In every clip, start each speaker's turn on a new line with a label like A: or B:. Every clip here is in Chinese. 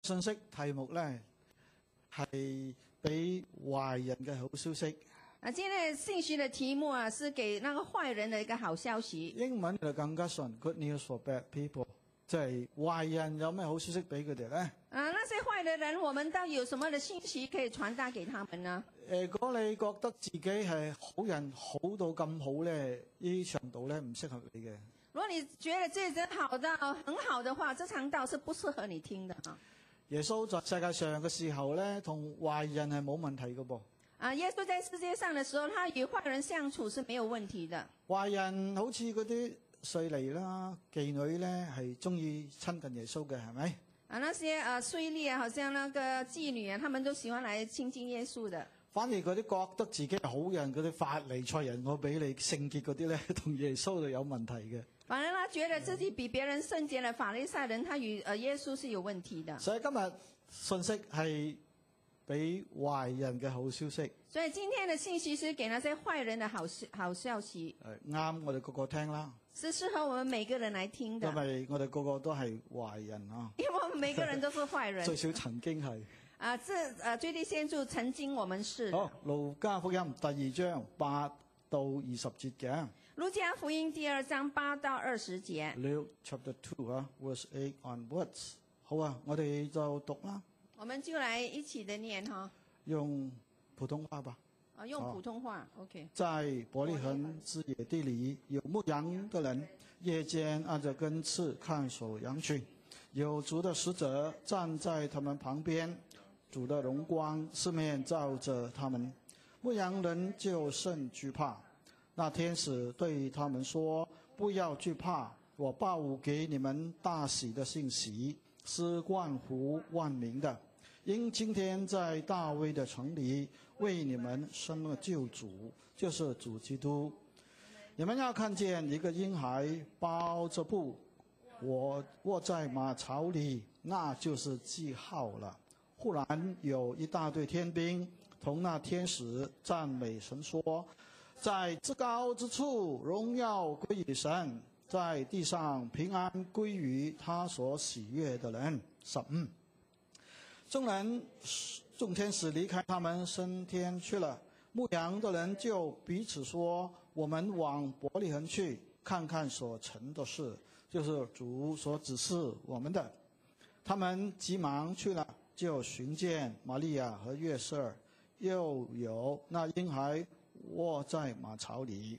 A: 信息題目咧係俾壞人嘅好消息，
B: 啊，今天的信息的题目啊，是给那个坏人的一个好消息。
A: 英文就更加順 good news for bad people，即係壞人有咩好消息俾佢哋咧？
B: 啊，那些坏的人，我们到底有什么的信息可以傳達給他们呢？
A: 誒，如果你覺得自己係好人好到咁好咧，呢場道咧唔適合你嘅。
B: 如果你觉得这人好到很好的话，这场道是不适合你聽的啊。
A: 耶穌在世界上嘅時候咧，同壞人係冇問題嘅噃。
B: 啊，耶稣在世界上的时候，他与坏人相处是没有問題的。
A: 壞人好似嗰啲碎尼啦、妓女咧，係中意親近耶穌嘅，係咪？
B: 啊，那些呃税吏啊，好像那个妓女啊，他们都喜歡来亲近耶穌的。
A: 反而嗰啲覺得自己係好人嗰啲法利賽人，我俾你聖潔嗰啲咧， 同耶穌就有問題嘅。
B: 反而他觉得自己比别人圣洁的法利赛人，他与呃耶穌是有問題的。
A: 所以今日信息係俾壞人嘅好消息，
B: 所以今天的信息是给那些坏人的好消好消息，
A: 誒啱我哋個個聽啦，
B: 是适合我们每个人来听的
A: 因，為我哋個個都係壞人啊，
B: 因为我们每个人都是坏 人
A: 最少曾經係。
B: 啊。这呃最低限度曾經我们是
A: 好，路加福音第二章八到二十節嘅。
B: 路加福音第二章八到二十节。
A: Luke chapter two 啊，verse eight onwards。好啊，我哋就讀啦，
B: 我们就来一起的念哈，
A: 用普通話吧。
B: 啊，用
A: 好
B: 普通话，OK。
A: 在伯利恒之野地里，有牧羊的人夜间按着根刺看守羊群，有主的使者站在他们旁边，主的荣光四面照着他们，牧羊人就甚惧怕。那天使对他们说：“不要惧怕，我报给你们大喜的信息，是万福万民的。因今天在大卫的城里为你们生了救主，就是主基督。你们要看见一个婴孩包着布，我卧在马槽里，那就是记号了。忽然有一大队天兵同那天使赞美神说：在至高之处，荣耀归于神；在地上，平安归于他所喜悦的人。十五。众人众天使离开他们升天去了。牧羊的人就彼此说：“我们往伯利恒去，看看所成的事，就是主所指示我们的。”他们急忙去了，就寻见玛利亚和约瑟儿，又有那婴孩卧在马槽里。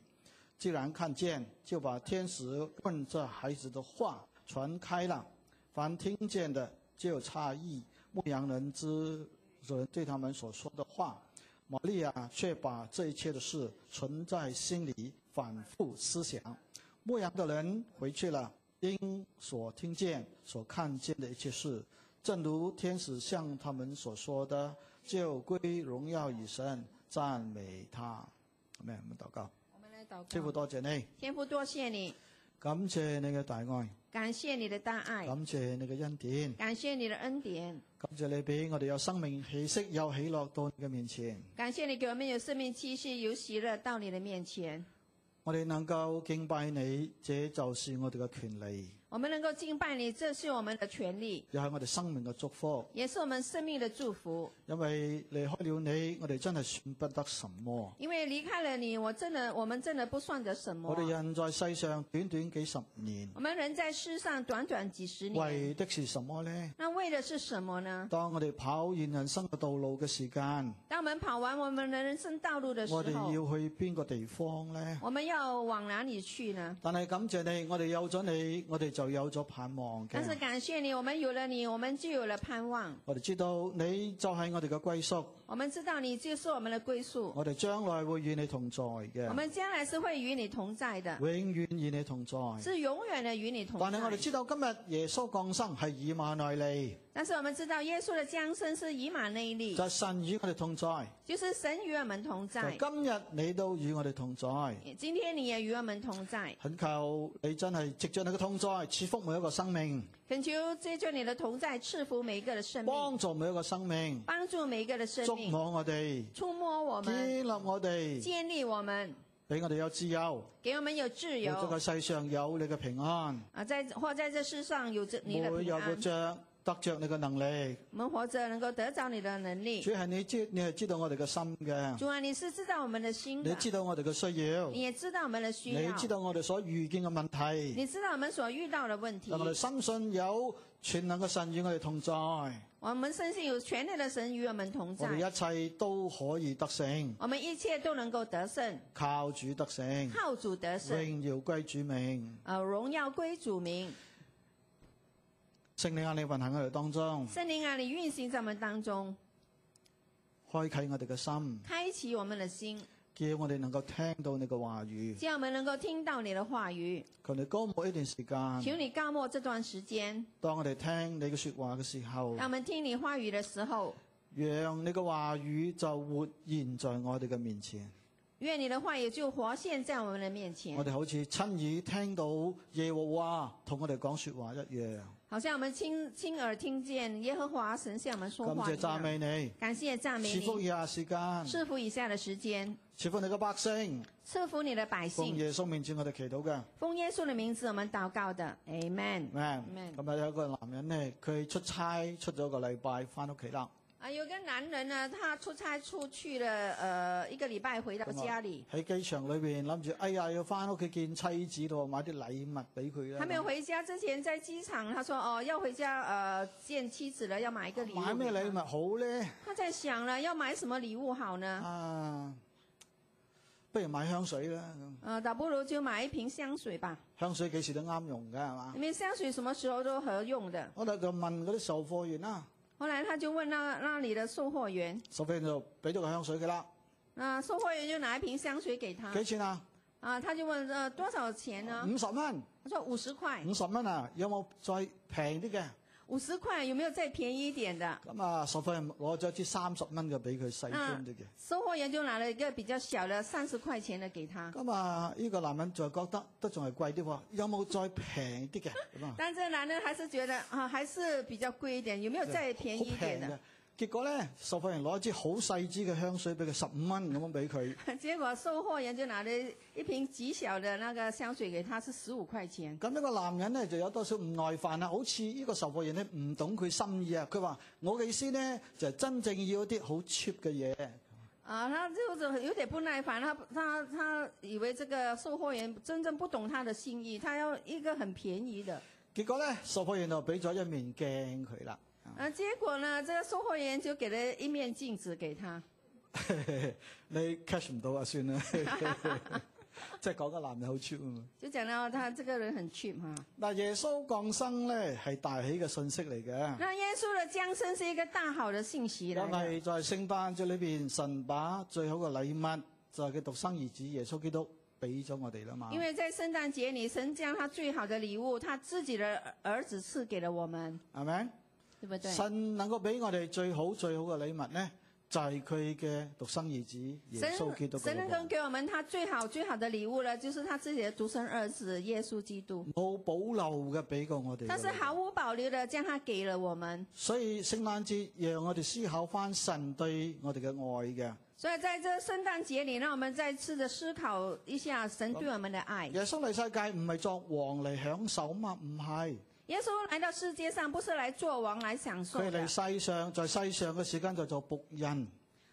A: 既然看见，就把天使问这孩子的话传开了。凡听见的就诧异牧羊人之人对他们所说的话。玛利亚却把这一切的事存在心里，反复思想。牧羊的人回去了，因所听见、所看见的一切事，正如天使向他们所说的，就归荣耀与神，赞美他。咩？咁祷告，
B: 我们来祷
A: 天父多
B: 告。
A: 謝你，
B: 天父，多谢你，
A: 感謝你嘅大愛，
B: 感謝你的大愛，
A: 感謝你嘅恩典，
B: 感謝你的恩典，
A: 感謝你俾我哋有生命氣息，有喜樂到你嘅面前。
B: 感謝你给我们有生命气息，有喜乐到你的面前。
A: 我哋能夠敬拜你，這就是我哋嘅權利，
B: 我们能够敬拜你，这是我们的权利，
A: 又係我哋生命嘅祝福。
B: 也是我们生命的祝福。
A: 因為離開了你，我哋真係算不得什麼。
B: 因为离开了你，我真的，我们真的不算得什么
A: 我。哋人在世上短短幾十年，
B: 我們人在世上短短幾十年，
A: 為的是什麼呢？
B: 那為的是什麼呢？
A: 當我哋跑完人生嘅道路嘅時間，
B: 當我們跑完我們的人生道路的時
A: 我哋要
B: 候，
A: 去邊個地方呢？
B: 我們要往哪裡去呢？
A: 但係感謝你，我哋有咗你，我哋就有咗盼望
B: 但是
A: 嘅。
B: 感謝你，我們有了你，我們就有了盼望。
A: 我哋知道你就係我哋嘅歸宿，
B: 我們知道你就是我們的歸宿，
A: 我哋將來會與你同在
B: 我
A: 嘅，
B: 們將來是會與你同在的，
A: 永遠與你同在。
B: 是永遠的與你同
A: 但係我哋
B: 在。
A: 知道今日耶穌降生係以馬內利，
B: 但是我們知道耶穌的降生是以馬內利
A: 就，係神與我哋同在。
B: 就是神與我們同
A: 就
B: 在。
A: 今日你都與我哋同在。
B: 今天你也與我們同在，
A: 恳求你真係藉着你嘅同在，賜福每一個生命，
B: 恳求借着你的同在，赐福每一個的生命，
A: 幫助每一個生命，
B: 帮助每一個的生
A: 觸
B: 命。
A: 摸我嗯哋，
B: 触摸我们，
A: 建立我哋，
B: 建立我们，
A: 俾我哋有自由，
B: 给我们有自
A: 活在
B: 由
A: 個世上有你嘅平安，
B: 啊，在或在这世上有着你的
A: 每
B: 平
A: 有活
B: 安，
A: 着得着你嘅能力。
B: 我们活着能够得着你的能力。
A: 主係你知，你係知道我哋嘅心嘅，
B: 主啊，你是知道我们的心
A: 你
B: 的，
A: 知道我哋嘅需要，
B: 你也知道我们的需
A: 你
B: 要，
A: 知道我哋所遇見嘅問題。
B: 你知道我们所遇到的问题
A: 但。我哋深信有全能嘅神與我哋同在，我
B: 我们深信有全能的神与我们同在，
A: 哋一切都可以得勝，
B: 我们一切都能够得胜，
A: 靠主得勝，
B: 靠主得胜。
A: 榮耀歸主名。
B: 呃，荣耀归主名。
A: 聖靈啊，你運行喺我哋當中，
B: 圣灵啊，你运行在我们当中，
A: 開啟我哋嘅心，
B: 开启我们的心，
A: 叫我哋能夠聽到你嘅話語。
B: 叫我们能够听到你的话语。
A: 求你高牧一段時
B: 求
A: 間，
B: 你告莫这段时间，
A: 當我哋聽你嘅说話嘅時候
B: 让，我们听你话语的时候，
A: 讓你嘅話語就活現在我哋嘅面前。
B: 愿你的话语就活现在我们的面前
A: 我。哋好似親耳聽到耶和華同我哋講说話一樣。
B: 好像我们亲亲耳听见耶和华神向我们说
A: 感
B: 话一
A: 謝讚
B: 样。
A: 美你，
B: 感谢赞美
A: 赐福
B: 你，
A: 以下時間。
B: 赐福以下的时间，
A: 赐福你嘅百姓，
B: 赐福你的百
A: 奉
B: 姓。
A: 耶穌面前我哋祈禱嘅，
B: 奉耶穌的名字，我们祷告的，Amen。
A: 咩？咁啊有一個男人咧，佢出差出咗個禮拜，翻屋企啦，
B: 啊，有个男人呢，他出差出去了，呃，一个礼拜回到家里，
A: 喺機場裏邊諗住，哎呀要翻屋企見妻子咯，買啲禮物俾佢
B: 还没有
A: 啦。
B: 回家之前，在机场，他说哦要回家，呃，见妻子了，要买一个礼物。
A: 買咩禮物？好咧？
B: 他在想了，要买什么礼物好呢？
A: 啊，不如買香水啦。咁
B: 呃，倒不如就买一瓶香水吧，
A: 香水幾時都啱用嘅，係嘛？
B: 因为香水什么时候都合用的。
A: 我哋就問嗰啲售貨員啦，
B: 后来他就问那那里的售货员，
A: 售貨員就俾咗個香水佢啦，
B: 那售货员就拿一瓶香水给他，
A: 幾錢啊？
B: 啊，他就问呃多少钱呢？
A: 五十蚊，
B: 他说五十块，
A: 五十蚊啊，有冇再平啲嘅？
B: 五十块有没有再便宜一点的？
A: 咁啊，售貨員攞咗支三十蚊嘅俾佢細樽啲嘅。
B: 售货员就拿了一个比较小的三十块錢的給他，
A: 咁啊，呢個男人就覺得都仲係貴啲喎，有冇再平啲嘅？咁啊，
B: 但這男人還是覺得啊，还是比較貴一點，有沒有再便宜
A: 好
B: 一點
A: 平
B: 的
A: 嘅？。結果咧，售貨員攞支好細支嘅香水俾佢，十五蚊咁樣俾佢。
B: 結果售货员就拿了一瓶極小的那個香水給他，是十五塊錢。
A: 咁呢個男人咧就有多少唔耐煩啦，好似呢個售貨員咧唔懂佢心意啊。佢話：我嘅意思咧就係、真正要一啲好 cheap 嘅嘢。
B: 啊，他就是有點不耐煩，他他他以為這個售货员真正不懂他的心意，他要一個很便宜的。
A: 結果咧，售貨員就俾咗一面鏡佢啦。
B: 啊，結果呢，這個售货员就給了一面鏡子給他。
A: 你 catch 唔到啊，算啦。 即係講個男人好 cheap 啊嘛。
B: 就講到他這個人很 cheap 哈、
A: 嗱，耶穌降生咧係大喜嘅信息嚟嘅。
B: 那耶穌的降生是一個大好的信息
A: 因
B: 來的，
A: 為在聖誕節裏邊，神把最好嘅禮物就係佢獨生兒子耶穌基督俾咗我哋啦嘛
B: 因。為在聖誕節裡，神將他最好的禮物，他自己的兒子賜給了我們，
A: 係咪？
B: 對不對？
A: 神能夠俾我哋最好最好嘅禮物呢，就係佢嘅獨生兒子耶穌基督
B: 神
A: 嘅
B: 神能
A: 老
B: 夠
A: 婆。
B: 給我們他最好最好的禮物了，就是他自己的獨生兒子耶穌基督，
A: 冇保留嘅俾過我哋
B: 他是
A: 嘅。
B: 毫無保留的將他給了我們。
A: 所以聖誕節讓我哋思考翻神對我哋嘅愛嘅。
B: 所以在這聖誕節裡，讓我們再次的思考一下神對我們的愛。
A: 耶穌嚟世界唔係作王嚟享受啊嘛，唔係。
B: 耶穌來到世界上，不是來做王來享受
A: 佢嚟
B: 的，
A: 世上，在世上嘅時間就做仆人，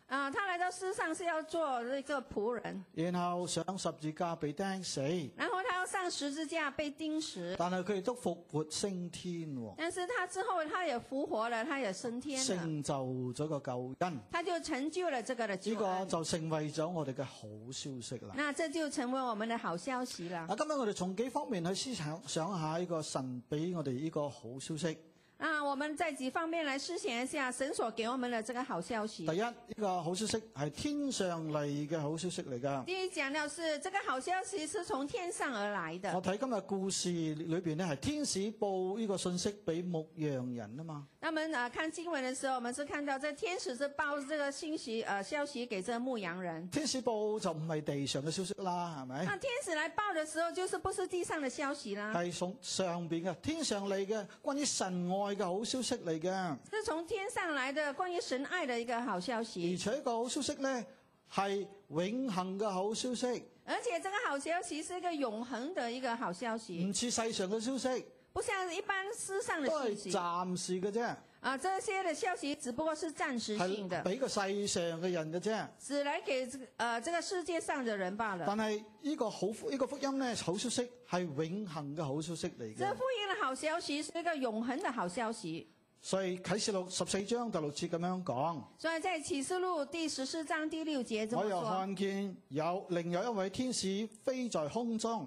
B: 啊、他來到世上是要做那個僕人。
A: 然後上十字架被釘死。
B: 然后他要上十字架被钉死，
A: 但係佢哋都復活升天喎，
B: 但是他之后他也复活了，他也升天啊了，
A: 成就咗個救恩。呢、
B: 他就成就了这个的
A: 個
B: 救恩。
A: 就成為咗我哋嘅好消息啦。
B: 那这就成为我们的好消息了。
A: 啊，今日我哋從幾方面去思想想下呢個神俾我哋呢個好消息。
B: 那我们在几方面来思想一下神所给我们的这个好消息
A: 第。一，呢、個好消息係天上嚟嘅好消息嚟㗎。
B: 第一讲到是这个好消息是从天上而来的。
A: 我睇今日故事裏邊呢，係天使報呢個信息俾牧羊人啊嘛。
B: 那么啊、呃看经文的时候，我们是看到这天使是报这个信息呃消息给这牧羊人。
A: 天使報就唔係地上嘅消息啦，係咪？
B: 那天使来报的時候，就是不是地上的消息啦，
A: 係從上邊嘅天上嚟嘅關於神愛嘅好消息嚟嘅。
B: 是从天上来的关于神爱的一个好消息。
A: 而且個好消息呢，係永恆嘅好消息，
B: 而且这个好消息是一个永恒的一个好消息，
A: 嗯唔似世上嘅消息，
B: 不像一般世上的
A: 都係
B: 信息
A: 暫時嘅啫，
B: 啊，这些的消息只不过是暂时性
A: 係
B: 的，
A: 俾個世上嘅人嘅啫。
B: 只来给这个呃这个世界上的人罢了。
A: 但係呢個好呢、個福音咧，好消息係永恆嘅好消息嚟
B: 这
A: 嘅。
B: 福音的好消息是一个永恒的好消息，
A: 所以啟示錄十四章第六節咁樣講，
B: 所以在启示录第十四章第六节这么
A: 我又
B: 说。
A: 看見有另有一位天使飛在空中，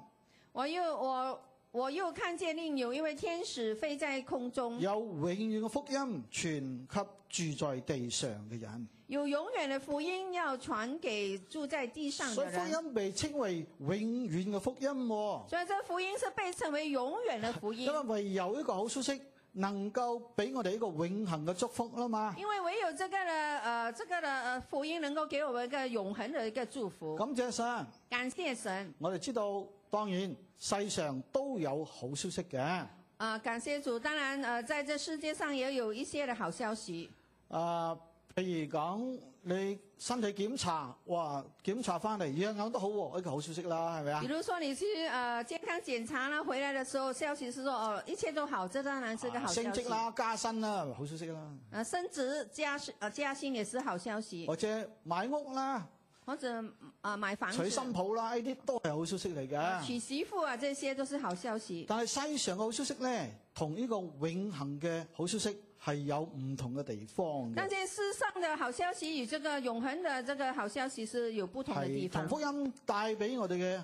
B: 我又我我又看见另有一位天使飞在空中，
A: 有永遠嘅福音傳給住在地上嘅人。
B: 有永远的福音要传给住在地上
A: 所以福
B: 的人。
A: 音被稱為永遠嘅福音、喎，
B: 所以这福音是被称为永远的福音，
A: 因為有呢個好消息能夠俾我哋一個永恆嘅祝福啦嘛。
B: 因为唯有这个的呃这个的呃福音能够给我们一个永恒的一个祝福。
A: 感謝神，
B: 感谢神
A: 我哋知道當然世上都有好消息嘅。
B: 啊、呃感谢主。当然呃，在这世界上也有一些的好消息。
A: 啊，譬如講你身體檢查，哇，檢查翻嚟樣樣都好喎，呢個好消息啦，係咪啊
B: 比？如说你去呃健康检查啦，回来的时候消息是说哦一切都好，这当然是个好
A: 啊
B: 消息。
A: 升職啦、加薪啦，好消息啦，
B: 呃，升职加薪呃加薪也是好消息，
A: 或者買屋啦、
B: 或者呃买房
A: 娶
B: 子、
A: 新抱啦，呢啲都係好消息嚟
B: 呃
A: 嘅。
B: 娶媳妇啊，这些都是好消息。
A: 但係世上嘅好消息咧，同呢個永恆嘅好消息係有唔同嘅地方
B: 但
A: 嘅，
B: 这世上的好消息与这个永恒的这个好消息是有不同的地
A: 係
B: 方
A: 同，福音帶俾我哋嘅永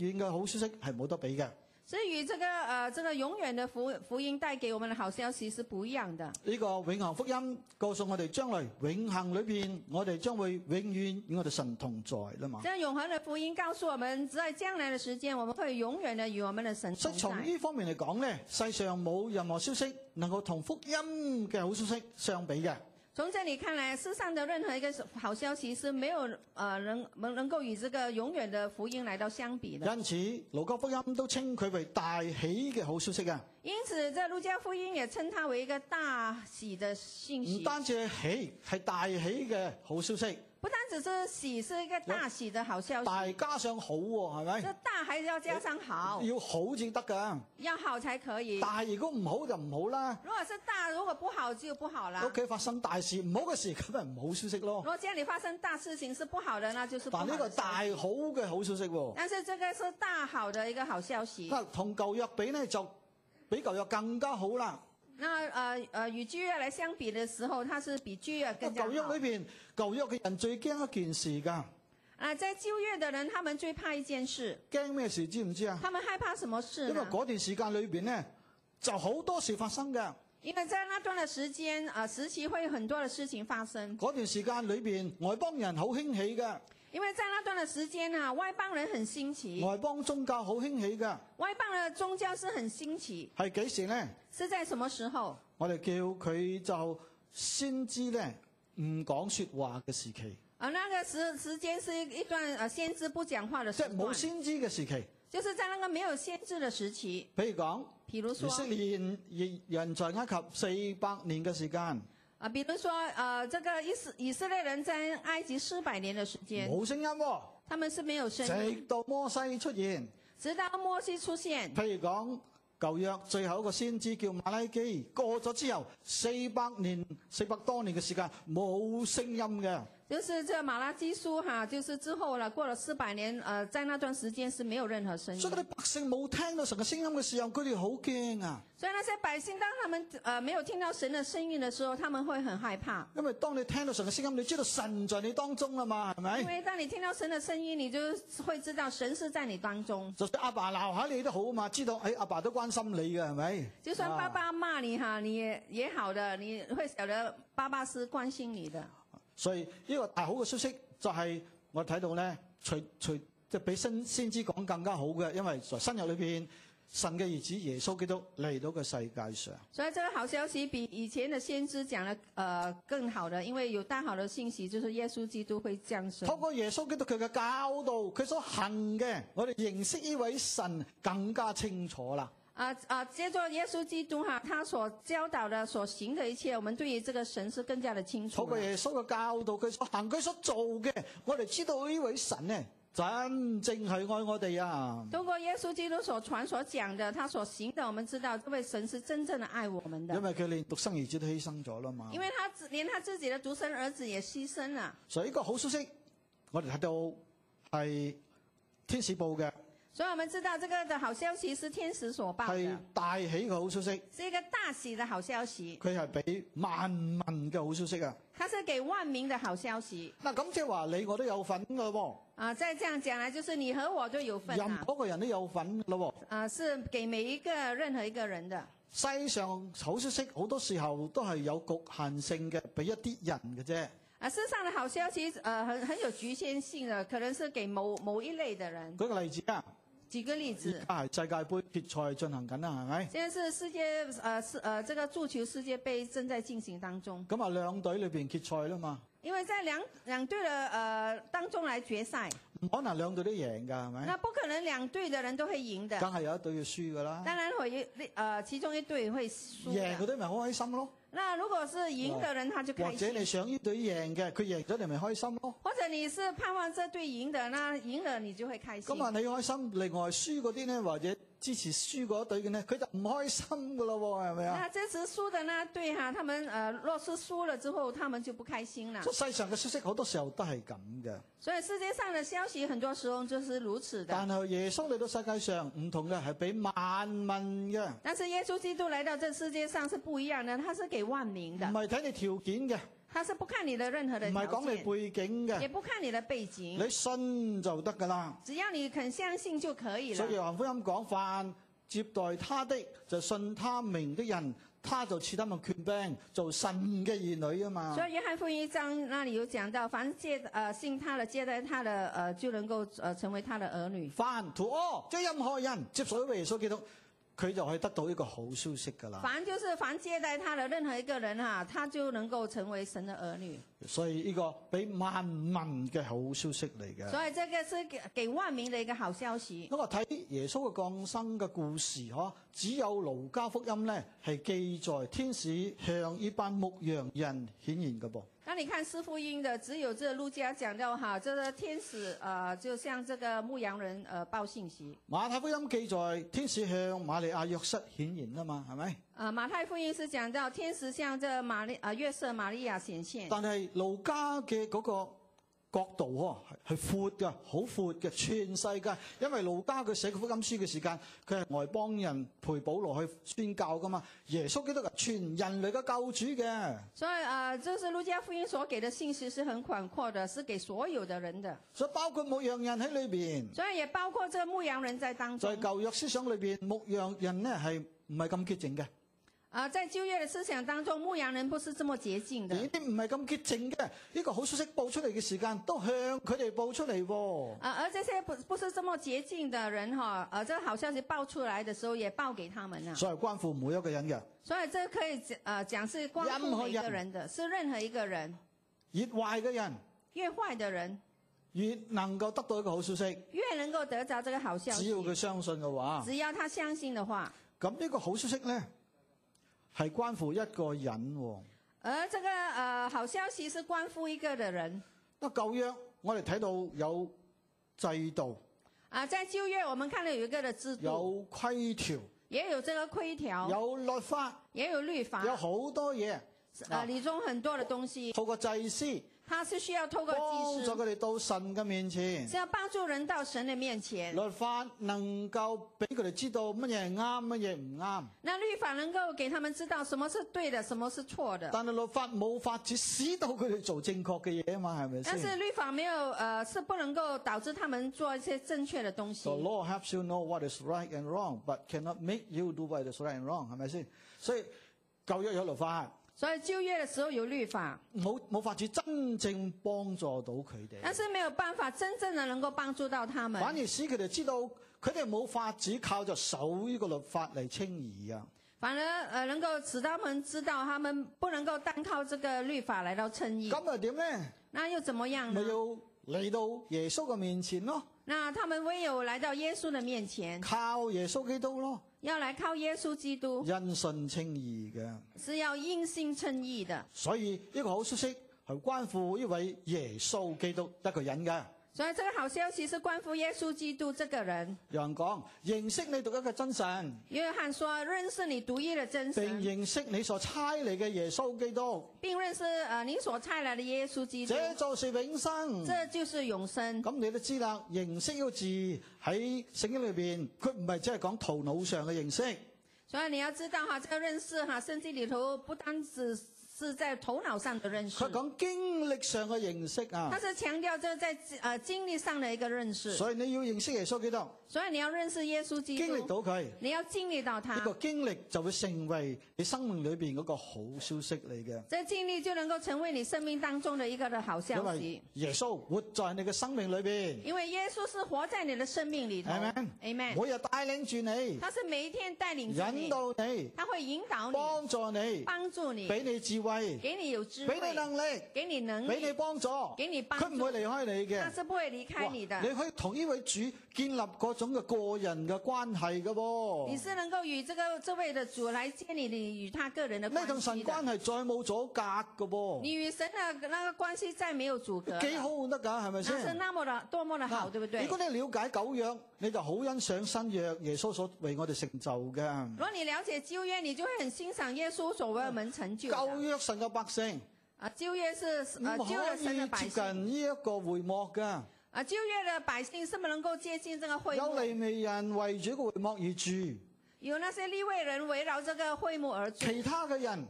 A: 遠嘅好消息係冇得比嘅。
B: 是与这个呃这个永远的福福音带给我们的好消息是不一样的。
A: 呢個永恆福音告訴我哋，將來永恆裏邊，我哋將會永遠與我哋神同在啦嘛。
B: 这永恒的福音告诉我们，在将来的时间，我们会永远的与我们的神
A: 所
B: 同
A: 以從
B: 在。
A: 呢方面嚟講呢世上冇任何消息能夠同福音嘅好消息相比嘅。
B: 从这里看来，世上的任何一个好消息是没有呃能能能够与这个永远的福音来到相比的。
A: 因此，路加福音都稱佢為大喜嘅好消息啊！
B: 因此，这路加福音也称它为一个大喜的信
A: 唔
B: 息，
A: 單止係喜，係大喜嘅好消息，
B: 不单只是喜，是一个大喜的好消息。
A: 大加上好喎，係咪？
B: 这大还是要加上好，
A: 要好至得㗎。
B: 要好才可以。
A: 但係如果唔好就唔好啦。
B: 如果是大，如果不好就不好啦
A: 屋。企發生大事，唔好嘅事咁咪唔好消息
B: 如
A: 咯。
B: 果家里发生大事情是不好的，那就是不好
A: 但呢個
B: 的事。
A: 大好嘅好消息喎。
B: 但是这个是大好的一个好消息。
A: 啊，同舊約比呢，就比舊約更加好啦。
B: 那呃呃，与旧约来相比的时候，它是比旧约更加
A: 舊
B: 好
A: 約。裏邊，舊約嘅人最驚一件事㗎，
B: 啊，在旧约的人，他们最怕一件事，
A: 驚咩事知唔知啊？
B: 他们害怕什么
A: 因
B: 事
A: 為
B: 呢？
A: 嗰段時間裏邊呢，就好多事發生㗎。
B: 因为在那段的时间啊、呃时期会有很多的事情发生。
A: 嗰段時間裏邊，外邦人好興起㗎，
B: 因为在那段的时间啊，外邦人很新奇，
A: 外邦宗教好興起㗎。
B: 外邦的宗教是很新奇，
A: 係幾時呢？
B: 是在什么时候？
A: 我哋叫佢就先知呢，唔講説話嘅時期，
B: 啊，那个时时间是一一段呃先知不讲话的
A: 即
B: 时
A: 係冇
B: 段，
A: 先知嘅時期。
B: 就是在那个没有先知的时期。
A: 譬如講，
B: 比如说
A: 以色列人人在埃及四百年嘅時間，
B: 啊，比如说呃，这个以色以色列人在埃及四百年的时间，
A: 冇聲音喎。
B: 他们是没有声音，
A: 直到摩西出現，
B: 直到摩西出现。
A: 譬如講舊約最後一個先知叫馬拉基，過咗之後四百年、四百多年嘅時間冇聲音嘅，
B: 就是这马拉基书哈，就是之后了，过了四百年，呃，在那段时间是没有任何声音。
A: 所以佢哋百姓冇聽到神嘅聲音嘅時候，佢哋好驚啊！
B: 所以那些百姓，当他们呃没有听到神的声音的时候，他们会很害怕，
A: 因為當你聽到神嘅聲音，你知道神在你當中啦嘛，係
B: 因
A: 咪？
B: 为当你听到神的声音，你就会知道神是在你当中。
A: 就算阿爸鬧下你都好啊嘛，知道誒阿爸都關心你嘅係咪？
B: 就算
A: 啊
B: 爸爸骂你哈，你也也好的，你会晓得爸爸是关心你的。
A: 所以呢個大好嘅消息就係我睇到咧，除除即係比新先知講更加好嘅，因為在新約裏邊，神嘅兒子耶穌基督嚟到個世界上，
B: 所以这个好消息比以前的先知讲的呃更好的，因为有大好的信息，就是耶稣基督会降生。
A: 透過耶穌基督佢嘅教導，佢所行嘅，我哋認識呢位神更加清楚啦。
B: 啊啊，接着耶稣基督哈，他所教导的、所行的一切，我们对于这个神是更加的清
A: 透
B: 楚
A: 過
B: 了。
A: 耶穌嘅教導，佢所行佢所做嘅，我哋知道呢位神咧正正係愛我哋啊！
B: 通过耶稣基督所传所讲的，他所行的，我们知道这位神是真正的爱我们的
A: 因，為佢連獨生兒子都犧牲咗啦嘛
B: 因。为他自连他自己的独生儿子也牺牲了。
A: 所以呢個好消息，我哋睇到係天使報嘅，
B: 所以我们知道这个的好消息是天使所报
A: 係
B: 的，
A: 大喜嘅好消息，
B: 是一个大喜的好消息，
A: 佢係俾萬民嘅好消息啊！
B: 它是给万民的好消息
A: 嗱，咁即係話你我都有份噶喎，
B: 啊！再这样讲来，就是你和我都有份
A: 任
B: 啊，
A: 何一個人都有份噶咯喎。
B: 啊，是给每一个任何一个人的。
A: 世上好消息好多時候都係有局限性嘅，俾一啲人嘅啫。
B: 啊，世上的好消息，呃，很很有局限性的，可能是给某某一类的人。
A: 舉個例子啊，
B: 举个例
A: 而
B: 子，
A: 家係世界盃決賽進行緊啦，係咪？
B: 现在是世界呃是呃这个足球世界杯正在进行当中，
A: 咁啊，兩隊裏邊決賽啦嘛，
B: 因为在两两队的呃当中来决赛，
A: 唔可能兩隊都贏㗎，係咪？
B: 那不可能两队的人都会赢的，
A: 梗係有一隊要輸㗎啦。
B: 当然会有呃其中一队会输
A: 贏嗰
B: 的。
A: 啲咪好開心咯，
B: 那如果是赢的人，他就
A: 或
B: 开
A: 者你
B: 心。
A: 想呢隊贏嘅，佢贏咗你咪開心咯。
B: 或者你是盼望这队赢的，那赢了你就会开心
A: 咁。啊，你開心，另外輸嗰啲呢，或者支持輸嗰隊嘅呢，佢就唔開心㗎咯喎，係咪啊？
B: 那这次输的那队哈、他们呃若是输了之后，他们就不开心了
A: 所。以世上嘅消息好多時候都啊係啊咁嘅，
B: 所以世界上的消息很多时候就是如此的。
A: 但係耶穌嚟到世界上唔同嘅，係俾萬民嘅，
B: 但是耶稣基督来到这世界上是不一样的，他是给万民
A: 唔
B: 的，
A: 係睇啊你條件嘅，
B: 他是不看你的任何的
A: 唔係
B: 条
A: 講你
B: 件，
A: 背景嘅
B: 也，不看你的背景，
A: 你信就得㗎啦。
B: 只要你肯相信就可以
A: 所以
B: 了。
A: 約翰福音講：凡接待他的，就信他名的人，他就賜他們權柄，做神嘅兒女啊嘛。
B: 所以约翰福音一章那里有讲到，凡接呃信他的接待他的呃就能够呃成为他的儿女。
A: 凡 to all，即係任何人接受咗耶穌基督，佢就可以得到一個好消息㗎啦。
B: 凡就是凡接待他的任何一个人哈、他就能够成为神的儿女。
A: 所以呢個俾萬民嘅好消息嚟嘅。
B: 所以这个是给给万民的一个好消息。
A: 咁我睇耶穌嘅降生嘅故事，嗬，只有路加福音呢係記載天使向呢班牧羊人顯現嘅噃。
B: 那你看四福音的，只有这路加讲到哈，这个天使呃，就向这个牧羊人呃报信息。
A: 馬太福音記載天使向瑪利亞約瑟顯現啊嘛，係咪？
B: 呃，马太福音是讲到天使向这玛丽呃约瑟玛利亚显现，
A: 但係路加嘅嗰個角度喎，係係闊嘅，好闊嘅，全世界。因為路加佢寫福音書嘅時間，佢係外邦人陪保羅去宣教噶嘛。耶穌基督係全人類嘅救主嘅，
B: 所以呃，就是路加福音所给的信息是很广阔的，是给所有的人的，
A: 所以包括牧羊人喺裏邊。
B: 所以也包括这牧羊人在当
A: 在
B: 中。
A: 舊約思想裏邊，牧羊人呢係唔係咁潔淨嘅？
B: 啊，在旧约的思想当中，牧羊人不是这么洁净的
A: 而。呢啲唔係咁潔淨嘅，呢、個好消息報出嚟嘅時間，都向佢哋報出嚟喎。
B: 啊，而这些不不是这么洁净的人哈，呃，这个好消息报出来的时候也报给他们啊，
A: 所以係關乎每一個人嘅。
B: 所以这可以讲呃讲是光
A: 任何
B: 顾每一个
A: 人
B: 人的，是任何一个人，
A: 越壞嘅人
B: 越坏的人
A: 越能夠得到一個好消息，
B: 越能夠得着這個好消息
A: 只要，佢相信嘅話，
B: 只要他相信的話，
A: 咁呢個好消息呢，係關乎一個人喎。
B: 而這個呃好消息是關乎一個的人
A: 嗱舊約我哋睇到有制度、
B: 啊，在旧约我们看到有一個的制度，
A: 有規條、
B: 也有這個規條，
A: 有律法，
B: 也有律法，
A: 有好多嘢。
B: 呃，其中很多的東西，
A: 透過祭司
B: 它是需要透過
A: 幫助
B: 祭司，
A: 佢哋到神嘅面前。
B: 是要幫助人到神的面前。
A: 律法能夠俾佢哋知道乜嘢係啱，乜嘢唔啱。
B: 那律法能夠給他們知道什麼是對的，什麼是錯的。
A: 但係律法冇法子使到佢哋做正確嘅嘢啊嘛，係咪
B: 但是
A: 先
B: 律法没有，呃，是不能夠導致他們做一些正確的東
A: ？The
B: 西。
A: law helps you know what is right and wrong, but cannot make you do what is right and wrong，係咪先？所以舊約有律法，
B: 所以舊約的時候有律法，
A: 冇冇法子真正幫助到佢哋，
B: 但是没有办法真正的能够帮助到他们，
A: 反而使佢哋知道佢哋冇法子靠着守呢個律法嚟稱義啊。
B: 反而呃能够使他们知道他们不能够单靠这个律法来到称义，
A: 咁又啊點呢？
B: 那又怎么样
A: 咪
B: 呢？
A: 要嚟到耶穌嘅面前咯，
B: 那他们唯有来到耶稣的面前，
A: 靠耶穌基督咯。
B: 要来靠耶稣基督，
A: 因信稱義嘅，
B: 是要因信称义的。
A: 所以呢個好消息係關乎呢位耶穌基督一個人嘅。
B: 所以这个好消息是关乎耶稣基督这个人。
A: 有人講認識你獨一嘅真神，
B: 约翰说：“认识你独一的真
A: 並認
B: 神，
A: 識你所差嚟嘅耶穌基督，
B: 并认识呃你所差来的耶稣基督，
A: 這就是永生。
B: 这就是永生。”
A: 咁你都知啦，認識呢個字喺聖經裏邊，佢唔係只係講頭腦上嘅認識，
B: 所以你要知道哈，这个认识哈，圣经里头不单只是在头脑上的认识
A: 佢，講經歷上嘅認識啊
B: 它。是强调这在呃经历上的一个认识。
A: 所以你要認識耶穌基督，
B: 所以你要认识耶稣基
A: 經歷
B: 督，
A: 到佢。
B: 你要经历到
A: 呢
B: 他
A: 個，經歷就會成為你生命裏邊嗰個好消息嚟嘅，
B: 这经历就能够成为你生命当中的一个的好
A: 因
B: 消息
A: 為。耶穌活在你嘅生命裏邊，
B: 因为耶稣是活在你的生命里头
A: Amen
B: ，Amen。
A: 每日帶領住你，
B: 他是每一天带领着
A: 引
B: 你，
A: 導你，
B: 他会引导你，
A: 幫助你，
B: 帮助你，
A: 俾你智慧，
B: 给你有智
A: 俾你
B: 慧，
A: 能力，
B: 给你能
A: 俾你
B: 力，
A: 幫助，
B: 给你帮
A: 佢唔
B: 助
A: 會，離開你
B: 他
A: 嘅。
B: 是不会离开
A: 哇
B: 你的。
A: 你可以同呢位主建立嗰種嘅個人嘅關係嘅
B: 你
A: 噃。
B: 是能够与这个这位的主来建立你与他个人的
A: 你
B: 关
A: 同神
B: 系
A: 關
B: 的。
A: 係再冇阻隔嘅噃，
B: 你与神的那个关系再没有阻隔了，
A: 幾好得㗎，係咪
B: 那
A: 先
B: 是？那么的多么的好，对不
A: 嗱
B: 对
A: 如？果你了解九約，你就好欣賞新約耶穌所為我哋成就嘅。
B: 如果你了解旧约，你就会很欣赏耶稣所为我们成就
A: 舊
B: 的。
A: 約神嘅百姓
B: 啊，旧约是
A: 唔
B: 呃旧
A: 可
B: 了神的
A: 以
B: 百
A: 接
B: 姓，
A: 近呢一個會幕㗎。
B: 啊，旧约的百姓是不能够接近这个会
A: 有
B: 幕，
A: 利未人圍住個會幕而住，
B: 有那些立位人围绕这个会幕而住，
A: 其他嘅人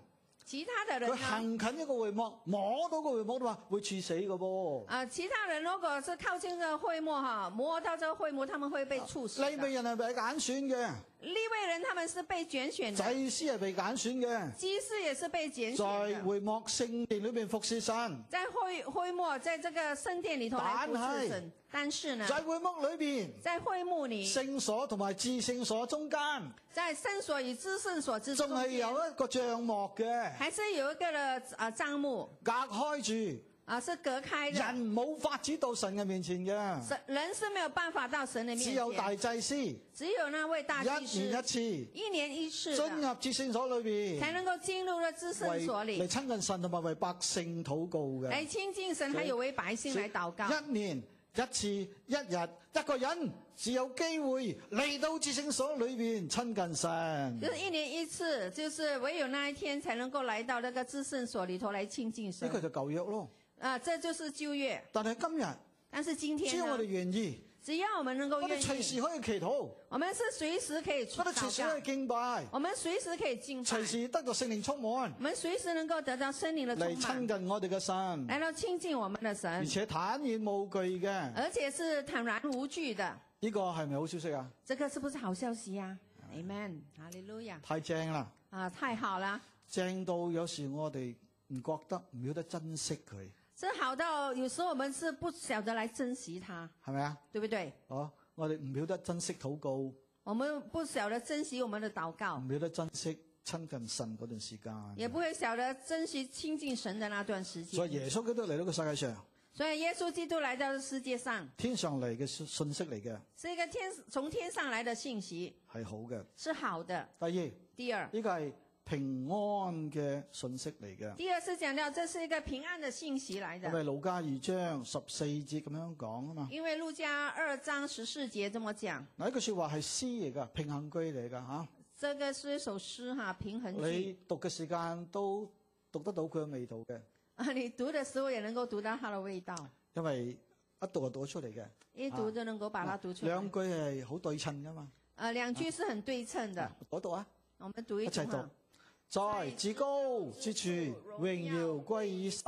B: 其他的人
A: 佢
B: 呢？
A: 行近一個會幕，摸到個會幕都話會處死嘅噃。
B: 啊，其他人如果是靠近这个会幕哈，摸到这个会幕，他们会被处死的。
A: 利未人係被揀選
B: 立位人他们是被拣选
A: 嘅，
B: 的，
A: 祭司係被揀選嘅。
B: 祭司也是被拣选
A: 在
B: 的，
A: 會幕聖殿裏面服侍神，
B: 在会会幕在这个圣殿里头来服
A: 但
B: 侍
A: 是
B: 神，但是呢，
A: 在會幕裏面
B: 在会幕里，
A: 聖所同埋至聖所中間，
B: 在圣所与至圣所之
A: 仲
B: 中
A: 係
B: 间，
A: 有一個帳幕嘅，
B: 还是有一个的呃账目
A: 隔開住，
B: 啊是隔开的，
A: 人冇法子到神嘅面前嘅，
B: 神人是没有办法到神的
A: 只
B: 面
A: 有大
B: 前，
A: 祭司一
B: 只有那位大祭
A: 年一
B: 司
A: 次
B: 一年一次
A: 進
B: 的
A: 入至聖所裏
B: 才
A: 面，
B: 能夠進入了至圣
A: 為
B: 所
A: 嚟
B: 里
A: 親近神同埋為百姓禱告
B: 来
A: 嘅，
B: 哎亲近神，还有为百姓来祷告。
A: 一年一次一日一個人只有機會嚟到至聖所裏面親近神
B: 就。是一年一次，就是唯有那一天才能够来到那个至圣所里头来亲近
A: 呢
B: 神
A: 個。就舊約咯。
B: 啊，这就是旧约。
A: 但係今日，
B: 但是今
A: 只
B: 天
A: 要我哋
B: 呢，
A: 願意，
B: 只要我们能够
A: 我哋
B: 愿
A: 隨
B: 意，
A: 時可以祈禱，我
B: 我们是随时可以出
A: 哋隨時可
B: 祷
A: 以
B: 告，
A: 敬拜，
B: 我们随时可以敬拜
A: 隨，時得到聖靈充滿，
B: 我们随时能够得到森灵的充
A: 嚟
B: 满
A: 親，近我哋嘅神，
B: 来到亲近我们的
A: 而
B: 神，
A: 且坦然無懼嘅。
B: 而且是坦然无惧的。
A: 呢個係咪好消息啊？
B: 这个是不是好消息呀、a m e n 哈利路亚
A: 太正啦，
B: 啊，太好了！
A: 正到有時我哋唔覺得，唔曉得珍惜佢，
B: 这好到有时候我们是不晓得来珍惜它，
A: 係咪啊？
B: 对不对？
A: 哦，我哋唔曉得珍惜禱告，唔
B: 我们不晓得珍惜我们的祷告，
A: 曉得珍惜親近神嗰段時間。
B: 也不会晓得珍惜亲近神的那段时
A: 所以
B: 间。
A: 耶穌基督嚟到個世界上，
B: 所以耶稣基督来到这世界上，
A: 天上嚟嘅信信息嚟嘅
B: 是一个天从天上来的信息，
A: 係好嘅。
B: 是好的。
A: 第二。
B: 第二，
A: 呢個係平安嘅信息嚟嘅。
B: 第二是讲到这是一个平安的信息来
A: 因
B: 的，
A: 為路加二章十四節咁樣講啊嘛。
B: 因为路加二章十四节这么讲，
A: 嗱，呢句说話係詩嚟㗎，平衡句嚟㗎吓。
B: 这个是一首诗哈，平衡句
A: 你讀嘅時間都讀得到佢嘅味道嘅，
B: 啊，你读的时候也能够读到它的味道，
A: 因為一讀就讀得出嚟嘅。
B: 一读就能够把它读出来
A: 兩。句係好對稱㗎嘛。
B: 呃，两句是很对称的，
A: 嗰度啊，
B: 我们读
A: 一
B: 一读
A: 齊
B: 哈
A: 讀。。在至高之處，榮耀歸於神；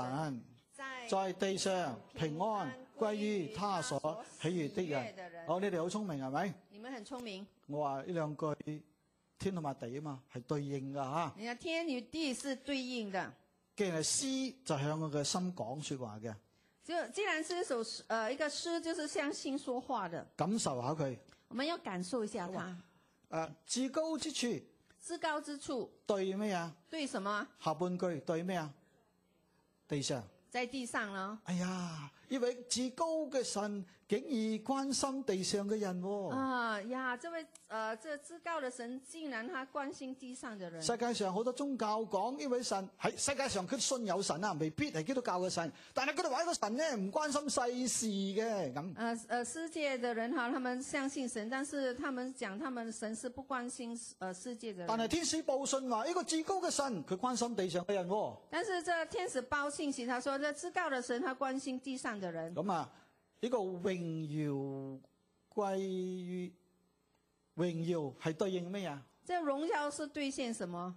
A: 在地上平安歸於他所喜悅的人。哦，你哋好聰明係咪？
B: 你们很聪明，
A: 我話呢兩句天同埋地啊嘛，係對應噶吓。
B: 你看天与地是对应的。
A: 既然係詩，就向我嘅心講说話嘅，
B: 就既然是一首诗，呃，一个诗就是向心说话的，
A: 感受下佢。
B: 我们要感受一下它。
A: 诶、至高之處
B: 至高之处
A: 對咩啊？
B: 对什么？
A: 下半句對咩啊？地上。
B: 在地上呢？
A: 哎呀，一位至高嘅神竟然關心地上嘅人、喎。
B: 啊呀，这位呃，这至高的神竟然他关心地上的人。
A: 世界上好多宗教講呢位神喺世界上佢信有神啊，未必係基督教嘅神，但係佢哋話呢個神咧唔關心世事嘅咁。
B: 呃呃，世界的人哈，他们相信神，但是他们讲他们神是不关心呃世界的
A: 但
B: 人。
A: 係天使報信話呢個至高嘅神佢關心地上嘅人、喎。
B: 但是这天使包信息，他说这至高的神他关心地上的人。
A: 咁啊，呢、個榮耀歸於榮耀係對應咩啊？
B: 这荣耀是兑现什么？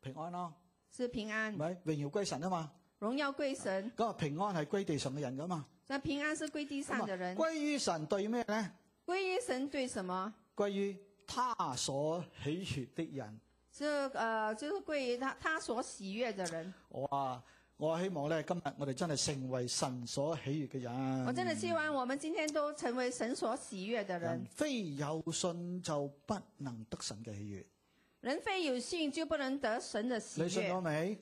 A: 平安咯，
B: 是平
A: 係
B: 安，
A: 咪？榮耀歸神啊嘛，
B: 荣耀归神。
A: 咁啊平安係歸地上嘅人噶嘛。啊
B: 那平安是归地上的人，
A: 歸於神對咩咧？
B: 归于神对什么？
A: 歸於他所喜悦的人。
B: 这呃，就是归于他他所喜悦的人。
A: 我啊，我希望咧今日我哋真係成為神所喜悦嘅人。
B: 我真的希望我们今天都成为神所喜悦的人
A: 人。非有信就不能得神嘅喜悦。
B: 人非有信就不能得神的喜
A: 你信
B: 悦
A: 咗未？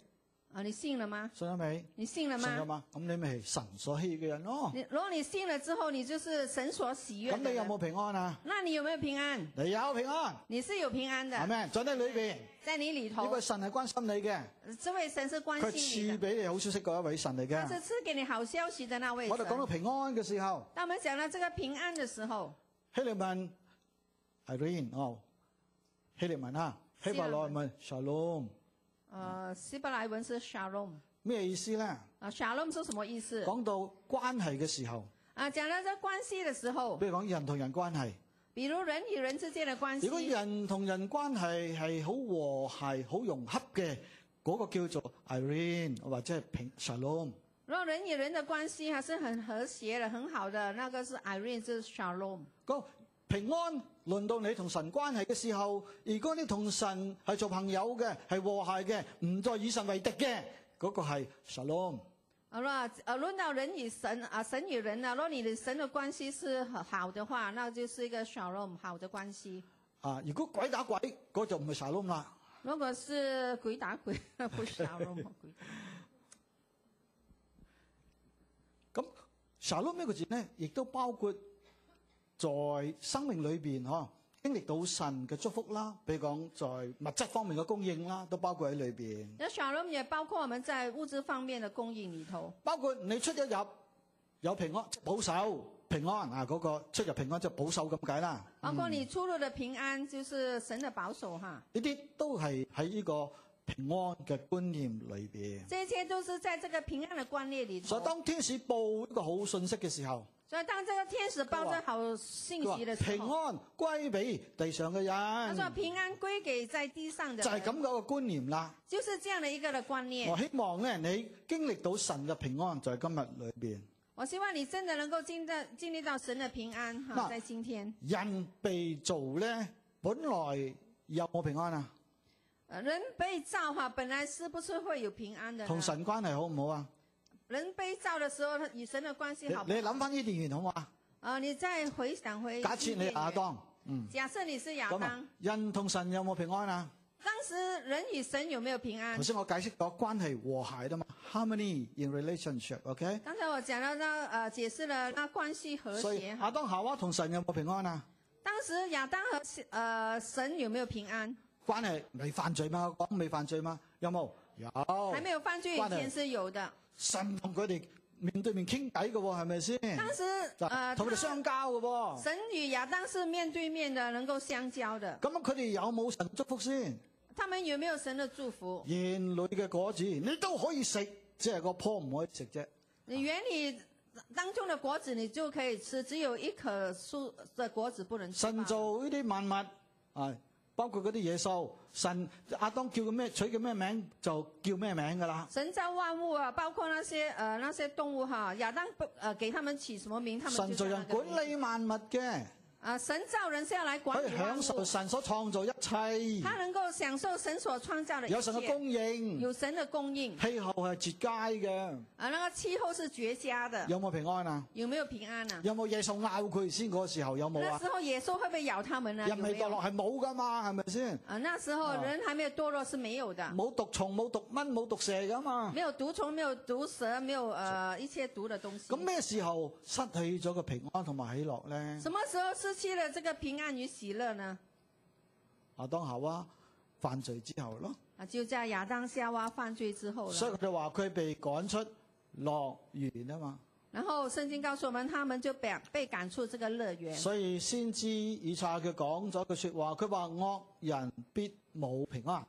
B: 啊！你信了吗？
A: 信咗未？
B: 你信了
A: 信咗
B: 吗？
A: 嘛？咁你咪係神所喜悦嘅人咯。
B: 你如果你信了之后，你就是神所喜悦
A: 咁
B: 的
A: 你有
B: 人。
A: 冇平安啊？
B: 那你有没有平安？
A: 你有平安，
B: 你是有平安
A: 系
B: 的，
A: 咪？在你裏边，
B: 在你里
A: 呢
B: 头
A: 位，神係關心你嘅，
B: 这位神是关
A: 佢
B: 心你
A: 賜
B: 的，
A: 俾你好消息嗰一位神嚟
B: 他
A: 嘅。
B: 是赐给你好消息的那位
A: 我哋
B: 神。
A: 講到平安嘅時候，
B: 当我们讲到这个平安的时候，
A: 希利文 Irene 哦，希利文啊，希伯來文 Shalom 啊
B: 呃，希伯来文是 shalom
A: 咩意思咧？
B: 啊，shalom 是什么意思？
A: 講到關係嘅時候，
B: 啊，讲到这关系的时候，
A: 比如講人同人關係，
B: 比如人与人之间的关系
A: 如，果人同人關係係好和諧、好融洽嘅，嗰、個叫做 Irene 或者係平 Shalom。
B: 如果人与人的关系还是很和谐的、很好的，那个是 Irene，就是 Shalom。
A: 個平安輪到你同神關係嘅時候，如果你同神係做朋友嘅，係和諧嘅，唔再以神為敵嘅，嗰、個係 shalom。
B: 好了，呃，论到人与神啊，神与人呢、如果你的神的关系是很好的话，那就是一个 Shalom 好的关系。
A: 啊，如果鬼打鬼，嗰、就唔係 shalom 啦。
B: 如果是鬼打鬼， 不 是 Shalom 鬼打鬼。
A: 咁 shalom 呢個字呢，亦都包括在生命裏邊嗬，經歷到神嘅祝福啦，比如講在物質方面嘅供應啦，都包括喺裏邊，
B: 那 Shalom 也包括我们在物质方面的供应里头，
A: 包括你出一入有平安，即係保守平安啊，嗰、個出入平安即係保守咁解啦。
B: 包括你出入的平安，就是神的保守哈。
A: 呢啲都係喺呢個平安嘅觀念裏邊。
B: 这些都是在这个平安的观念里
A: 所
B: 头
A: 以。當天使報呢個好信息嘅時候，
B: 所以當这个天使抱着好信
A: 佢話
B: 息的时
A: 平
B: 候，
A: 安歸俾地上嘅
B: 他说
A: 人，
B: 平安归给在地上的
A: 就係
B: 人，
A: 咁嗰個觀念啦。
B: 就是这样的一个的观念
A: 我。希望咧，你經歷到神嘅平安，在今日裏邊，
B: 我希望你真的能够经到经历到神的平安
A: 那
B: 哈，在今天，
A: 人被造咧，本來有冇平安啊？
B: 呃人被造哈，本来是不是会有平安的呢？
A: 同神關係好唔好啊？
B: 人被造的时候，他与神的关
A: 你
B: 系好不好？
A: 你諗翻伊甸園好唔好啊？
B: 啊、你再回想回
A: 假設你係亞，當，嗯，
B: 假设你是亚
A: 咁啊
B: 当，，
A: 人同神有冇平安啊？
B: 当时人與神有没有平安
A: 頭？先我解釋咗關係和諧啦嘛，harmony in relationship，OK？、
B: 刚才我讲到那呃，解释了那关系和
A: 所以
B: 谐哈。
A: 亞當夏娃同神有冇平安啊？
B: 当时亚当和呃神有没有平安？
A: 關係未犯罪嘛？我講未犯罪嘛？有冇？有。
B: 还没有犯罪以
A: 关了
B: 前是有的。
A: 神同佢哋面對面傾偈嘅喎，係咪先？
B: 当时
A: 嗱
B: 呃，
A: 同佢哋
B: 他
A: 相交嘅喎。
B: 神与亚当是面对面的，能够相交的。
A: 咁啊佢哋有冇神祝福先？
B: 他们有没有神的祝福？
A: 園裏嘅果子你都可以食，只係個棵唔可以食啫。
B: 你园里当中的果子你就可以吃，只有一棵树的果子不能吃吧。
A: 神做呢啲萬物啊，包括嗰啲野獸，神亞當叫佢咩取佢咩名就叫咩名㗎啦。
B: 神造万物啊，包括那些呃那些动物哈、亚当不呃给他们起什么名，他们
A: 神
B: 就
A: 做
B: 叫那
A: 人
B: 个名
A: 管理萬物嘅。
B: 啊，神造人是要来管
A: 佢
B: 理万
A: 享受
B: 物，
A: 神所創造一切，
B: 他能够享受神所创造的
A: 有
B: 一
A: 神嘅
B: 切，
A: 供應，
B: 有神的供应
A: 氣候係絕佳嘅。
B: 啊，那个气候是绝佳的，
A: 有冇平安啊？
B: 有沒有平安啊？
A: 有冇野獸咬佢先嗰個時候有冇
B: 那
A: 啊？
B: 时候野兽会不会咬他们呢？啊有
A: 人未
B: 没
A: 墮
B: 有
A: 落？係冇噶嘛，係咪先？
B: 啊，那时候人还没有堕落是没有的，
A: 冇毒蟲、冇毒蚊、冇毒蛇噶嘛。
B: 没有毒虫，没有毒蛇，没有呃一些毒的东西
A: 咁。咩時候失去咗個平安同埋喜樂呢？
B: 什么时候失去了这个平安与喜乐呢？
A: 亞當夏娃犯罪之後咯，
B: 啊，就在亚当夏娃犯罪之后
A: 所以
B: 了。
A: 佢哋話佢被趕出樂園啊嘛。
B: 然后圣经告诉我们，他们就被被赶出这个乐园。
A: 所以先知以賽佢講咗句説話，佢話惡人必冇平安。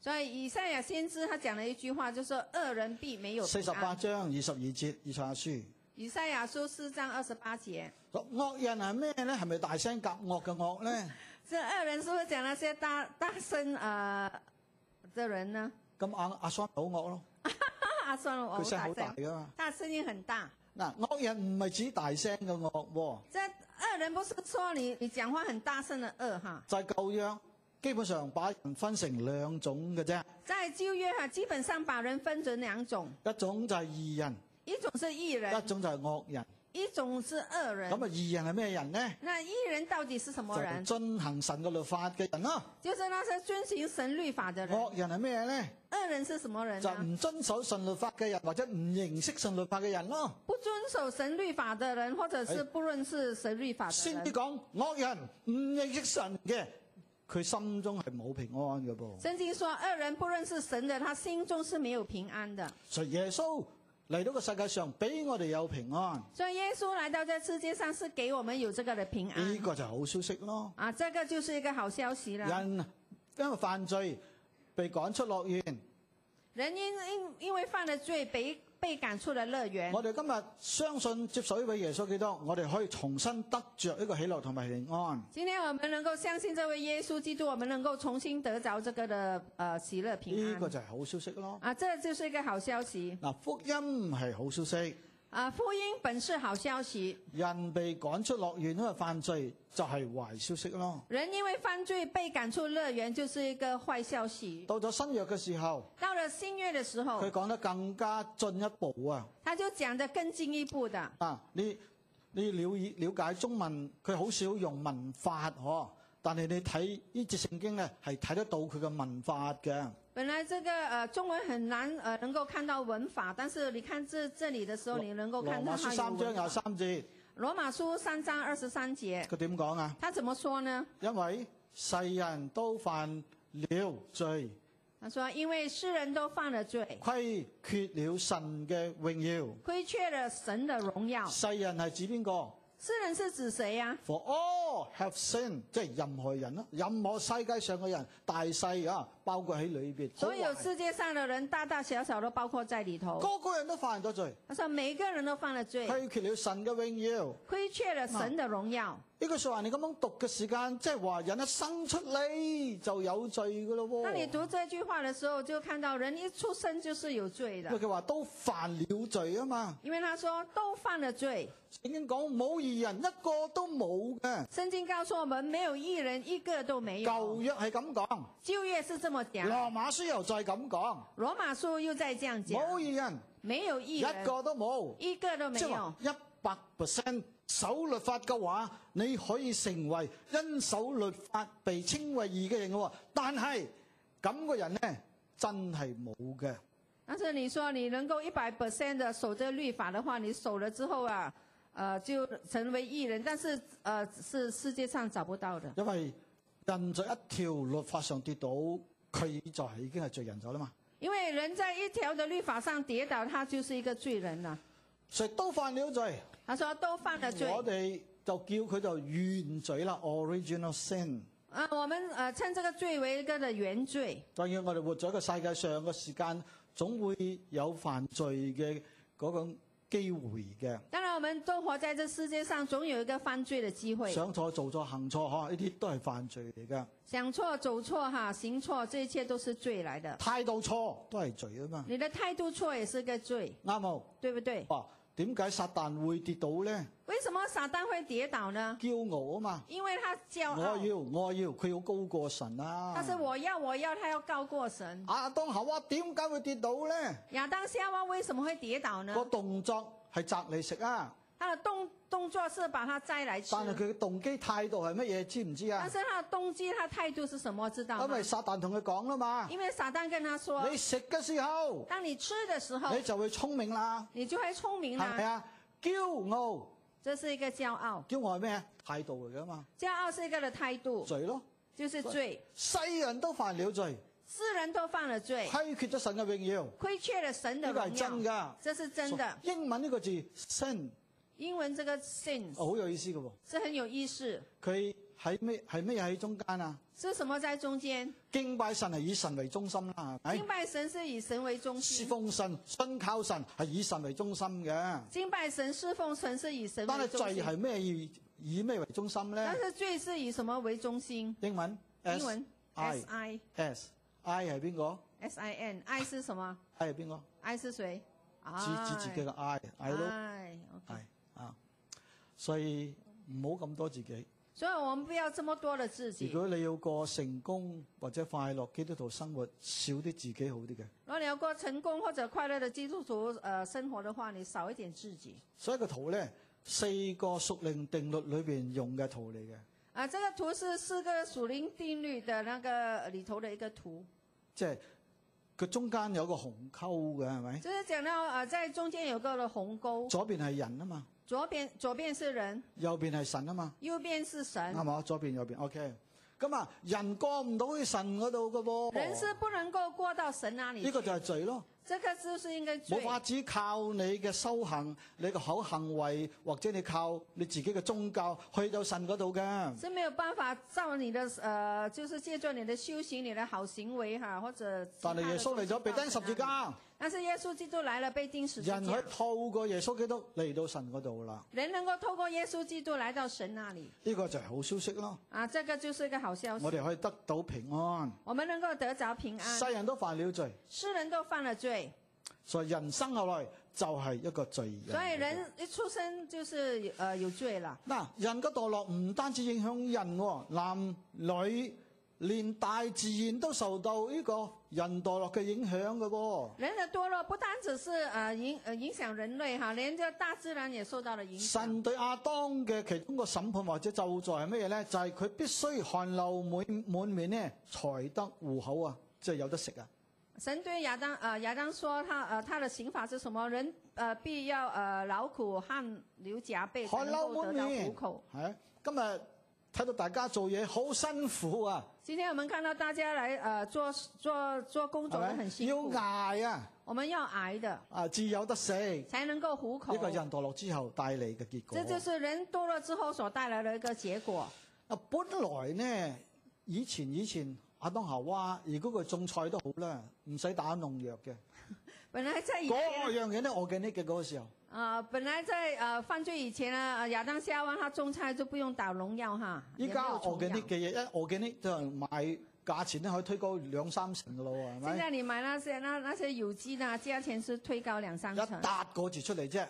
B: 所以以赛亚先知他讲了一句话，就说恶人必没有
A: 四
B: 平
A: 十八
B: 安。
A: 章二十二節以賽亞書，
B: 以赛亚书四章二十八节，
A: 惡人係咩呢？係咪大聲夾惡嘅惡呢？
B: 这恶人是不是讲那些大大声呃的人呢？
A: 咁阿阿桑好惡咯，
B: 啊，算了，我
A: 佢聲
B: 大
A: 好大
B: 声，
A: 噶嘛。
B: 他声音很大。
A: 嗱，惡人唔係指大聲嘅惡喎，
B: 这恶人不是说你你讲话很大声的恶哈，
A: 就係舊約基本上把人分成兩種嘅啫，
B: 在旧约哈，基本上把人分成两种，
A: 一種就係義人，
B: 一种是义人，
A: 一種就係惡人。
B: 一种是恶
A: 咁
B: 人。
A: 啊，義人係咩人呢？
B: 那义人到底是什
A: 就
B: 么
A: 係
B: 人？
A: 遵行神嘅律法嘅人啦。
B: 就是那些遵行神律法的人。
A: 惡人係咩呢？
B: 恶人是什么人
A: 就
B: 呢？
A: 唔遵守神律法嘅人，或者唔認識神律法嘅人咯。
B: 不遵守神律法的人，或者是不认识神律法的
A: 先至
B: 人。
A: 講惡人唔認識神嘅，佢心中係冇平安嘅噃。
B: 圣经说，恶人不认识神的，他心中是没有平安的。
A: 所以耶穌嚟到個世界上，俾我哋有平安，呢、
B: 所以耶稣来到这世界上，是给我们有这个的平安
A: 個就係好消息咯。
B: 啊，这个就是一个好消息了。
A: 人因為犯罪被趕出樂園，
B: 人因因因为犯了罪被被赶出了乐园。
A: 我哋今日相信接受呢位耶穌基督，我哋可以重新得着一個喜樂同埋平安。
B: 今天我们能够相信这位耶稣基督，我们能够重新得着这个的呃喜乐平
A: 呢、個
B: 安
A: 就係好消息咯。
B: 啊，这就是一个好消息
A: 嗱，福音係好消息。
B: 啊！福音本是好消息，
A: 人被趕出樂園，因為犯罪就係壞消息咯。
B: 人因为犯罪被赶出乐园就是一个坏消息。
A: 到咗新約嘅時候，
B: 到了新月的时候
A: 佢，講得更加進一步啊！
B: 他就讲的更进一步的
A: 啊，你你了以了解中文，佢好少用文法嗬，但係你睇呢節聖經咧，係睇得到佢嘅文法嘅。
B: 本来这个呃中文很难呃能够看到文法，但是你看这这里的时候，
A: 罗
B: 你能够
A: 羅
B: 看
A: 馬
B: 到
A: 書
B: 它有
A: 三章啊
B: 文
A: 廿
B: 法。
A: 三節，
B: 罗马书三章二十三节，
A: 佢點講啊？
B: 他怎么说呢？
A: 因為世人都犯了罪，
B: 他说：“因为世人都犯了罪，
A: 虧缺了神嘅榮
B: 亏缺了神的荣耀
A: 耀。。世人係指邊個？
B: 世人是指谁呀、
A: For all have sinned，即係任何人啦，任何世界上嘅人，大細啊，包括喺裏邊，
B: 所有
A: 好壞
B: 世界上的人，大大小小都包括在里头。
A: 個個人都犯咗罪，
B: 他说每个人都犯了罪，
A: 虧缺了神嘅榮耀。
B: 亏缺了神的荣耀。
A: 呢句説話你咁樣讀嘅時間，即係話人一生出嚟就有罪噶咯
B: 当你
A: 喎。
B: 读这句话的时候，就看到人一出生就是有罪
A: 因為
B: 的，
A: 佢話都犯了罪啊嘛，
B: 因为他说都犯了罪。
A: 聖經講冇義人一個都冇嘅。
B: 圣经告诉我们，没有一人一个都没
A: 舊
B: 有。
A: 約係咁講，
B: 旧约是这么
A: 羅
B: 讲，
A: 馬書又再咁講，
B: 罗马书又在这样讲，
A: 冇義人
B: 没有一
A: 一
B: 人
A: 個都冇。
B: 一个都没
A: 即係
B: 有
A: 話。一百 percent 守律法嘅話，你可以成為因守律法被稱為義嘅人嘅喎。但係咁嘅人咧，真係冇嘅。
B: 但是你说你能够一百 percent 的守这律法的话，你守了之后啊，呃，就成为艺人，但是呃，是世界上找不到的，
A: 因為人在一條律法上跌倒，佢就係已經係罪人咗啦嘛。
B: 因为人在一条的律法上跌倒，他就是一个罪人了。
A: 誰都犯了罪，
B: 他说都犯了罪，
A: 嗯我哋就叫佢就原罪啦 （original sin）。
B: 啊，我们呃称这个罪为一个的原罪。
A: 當然，我哋活在一個世界上嘅時間，總會有犯罪嘅嗰種機會嘅。
B: 当然，我们都活在这世界上，总有一个犯罪的机会，
A: 想錯、做錯、行錯，嗬，呢啲都係犯罪嚟噶。
B: 想错、走错、哈、行错，这一切都是罪来的。
A: 態度錯都係罪啊嘛，
B: 你的态度错也是个罪，
A: 啱冇？
B: 对不对？
A: 哦，點解撒旦會跌倒呢？
B: 为什么撒旦会跌倒呢？
A: 驕傲啊嘛！
B: 因为他骄
A: 我
B: 傲，
A: 要我要，佢要高過神啊！
B: 他是我要我要，他要高过神。
A: 亞當夏娃點解會跌倒呢？
B: 亚当夏娃为什么会跌倒呢
A: 個？動作係摘嚟食啊，
B: 他的动动作是把它摘来吃，
A: 但係佢嘅動機態度係乜嘢？知唔知啊
B: 但？是他的动机、他的态度是什么？知道
A: 因
B: 吗
A: 為？撒旦同啊佢講啦嘛，
B: 因为撒旦跟他说，
A: 你食嘅時候
B: 当你吃的时候
A: 你，就會聰明啦，
B: 你就会聪
A: 係
B: 明
A: 咪
B: 啦。
A: 啊？驕傲，
B: 这是一个骄傲，
A: 驕傲係咩？啊態度嚟噶嘛，
B: 骄傲是一个的态度，
A: 罪咯。
B: 就是罪。
A: 世人都犯了罪，
B: 世人都犯了罪，
A: 虧缺咗神嘅榮耀，
B: 亏缺了神的
A: 呢個係
B: 荣
A: 真
B: 耀，
A: 㗎。
B: 这是真的。
A: 英文呢個字 sin
B: 英文这个 sin
A: 好有意思嘅喎，
B: 是很有意思，
A: 佢喺咩係咩喺中間啊？
B: 是什麼在中間？
A: 敬拜神係以神為中心啦，係
B: 敬拜神是以神为中
A: 咪？哎侍
B: 心，
A: 奉神、信靠神係以神為中心嘅。
B: 敬拜神、侍奉神是以神
A: 但係
B: 为中
A: 罪
B: 心。
A: 係咩以以咩為中心
B: 但
A: 咧？
B: 是罪是以什么为中心？
A: 英文
B: 英
A: S
B: 文
A: I
B: S I
A: S I 係邊個
B: S I N I 是什么
A: ？I 係邊個？
B: ？I 是谁？
A: 指指自己嘅 I，
B: I
A: I 咯，
B: OK
A: 係啊。所以唔好咁多自己。
B: 所以我们不要这么多的自己。
A: 如
B: 如
A: 果你要過成功或者快樂基督徒生活，少啲自己好啲嘅。
B: 果你要过成功或者快乐的基督徒呃生活的话，你少一点自己。
A: 所以個圖咧，四個屬靈定律裏邊用嘅圖嚟嘅。
B: 啊，这个图是四个属灵定律的那个里头的一个图，
A: 即係佢中間有個紅溝嘅，係咪？
B: 就是讲到呃在中间有个鸿沟，
A: 左邊係人啊嘛，
B: 左边左边是人，
A: 右邊係神啊嘛，
B: 右边是神
A: 啱。嘛？左邊右邊，OK。咁啊，人過唔到去神嗰度嘅
B: 人是
A: 噃，
B: 不能够过到神那里
A: 呢個
B: 去，
A: 就係罪咯，
B: 这个就是应该
A: 冇
B: 罪，
A: 法子靠你嘅修行、你嘅口行為，或者你靠你自己嘅宗教去到神嗰度嘅。
B: 是没有办法照你的呃，就是借助你的修行、你的好行为哈，或者其他
A: 但
B: 的
A: 係耶穌嚟咗，被
B: 东
A: 釘
B: 西
A: 十字
B: 到神那里，
A: 架，
B: 但是耶稣基督来了，被钉十字
A: 人
B: 架
A: 可以，透過耶穌基督嚟到神嗰度啦。
B: 人能够透过耶稣基督来到神那里
A: 呢、個就係好消息咯，
B: 啊，这个就是一个好消息
A: 我，哋可以得到平安。
B: 我们能够得着平安。
A: 世人都犯了罪，
B: 世人都犯了罪，
A: 所以人生後來就係一個罪人。
B: 所以人一出生就是呃有罪了。
A: 嗱，人嘅墮落唔單止影響人喎，男女連大自然都受到呢個人墮落嘅影響嘅喎。
B: 人的堕落不单只是呃影呃影响人类哈，连这大自然也受到了影响。
A: 神對亞當嘅其中個審判或者咒詛係乜嘢呢？就係、佢必須汗流滿滿面呢，才得糊口啊，即係有得食啊。
B: 神对亚当呃亚当说他呃他的刑罚是什么？人呃必要呃劳苦汗流浃背才
A: 汗
B: 能
A: 流
B: 够
A: 滿
B: 得到
A: 面
B: 糊口。
A: 係啊今日睇到大家做嘢好辛苦啊，
B: 今天我们看到大家来呃做做做工
A: 係
B: 作都很
A: 咪？
B: 辛
A: 要
B: 苦，
A: 捱啊，
B: 我们要挨的
A: 啊至有得食。呢
B: 才能够糊口。
A: 個人墮落之後帶嚟嘅結果。
B: 这就是人堕落之后所带来的一个结果。
A: 啊，本來呢，以前以前亞當夏娃，如果佢種菜都好啦，唔使打農藥嘅。
B: 本来在以
A: 嗰
B: 前
A: 樣嘢咧，我嘅呢嘅嗰個時候，
B: 啊、呃本来在呃犯罪以前呢，呃亚当夏娃他种菜就不用打农药哈，也
A: 依
B: 没
A: 家
B: 有
A: 我
B: 虫
A: 嘅
B: 养
A: 呢。嘅嘢，一我嘅呢就係賣價錢咧可以推高兩三成嘅咯喎，係
B: 现
A: 咪？
B: 在你买那些那那些有机的，价钱是推高两三
A: 一
B: 成。
A: 笪個字出嚟啫，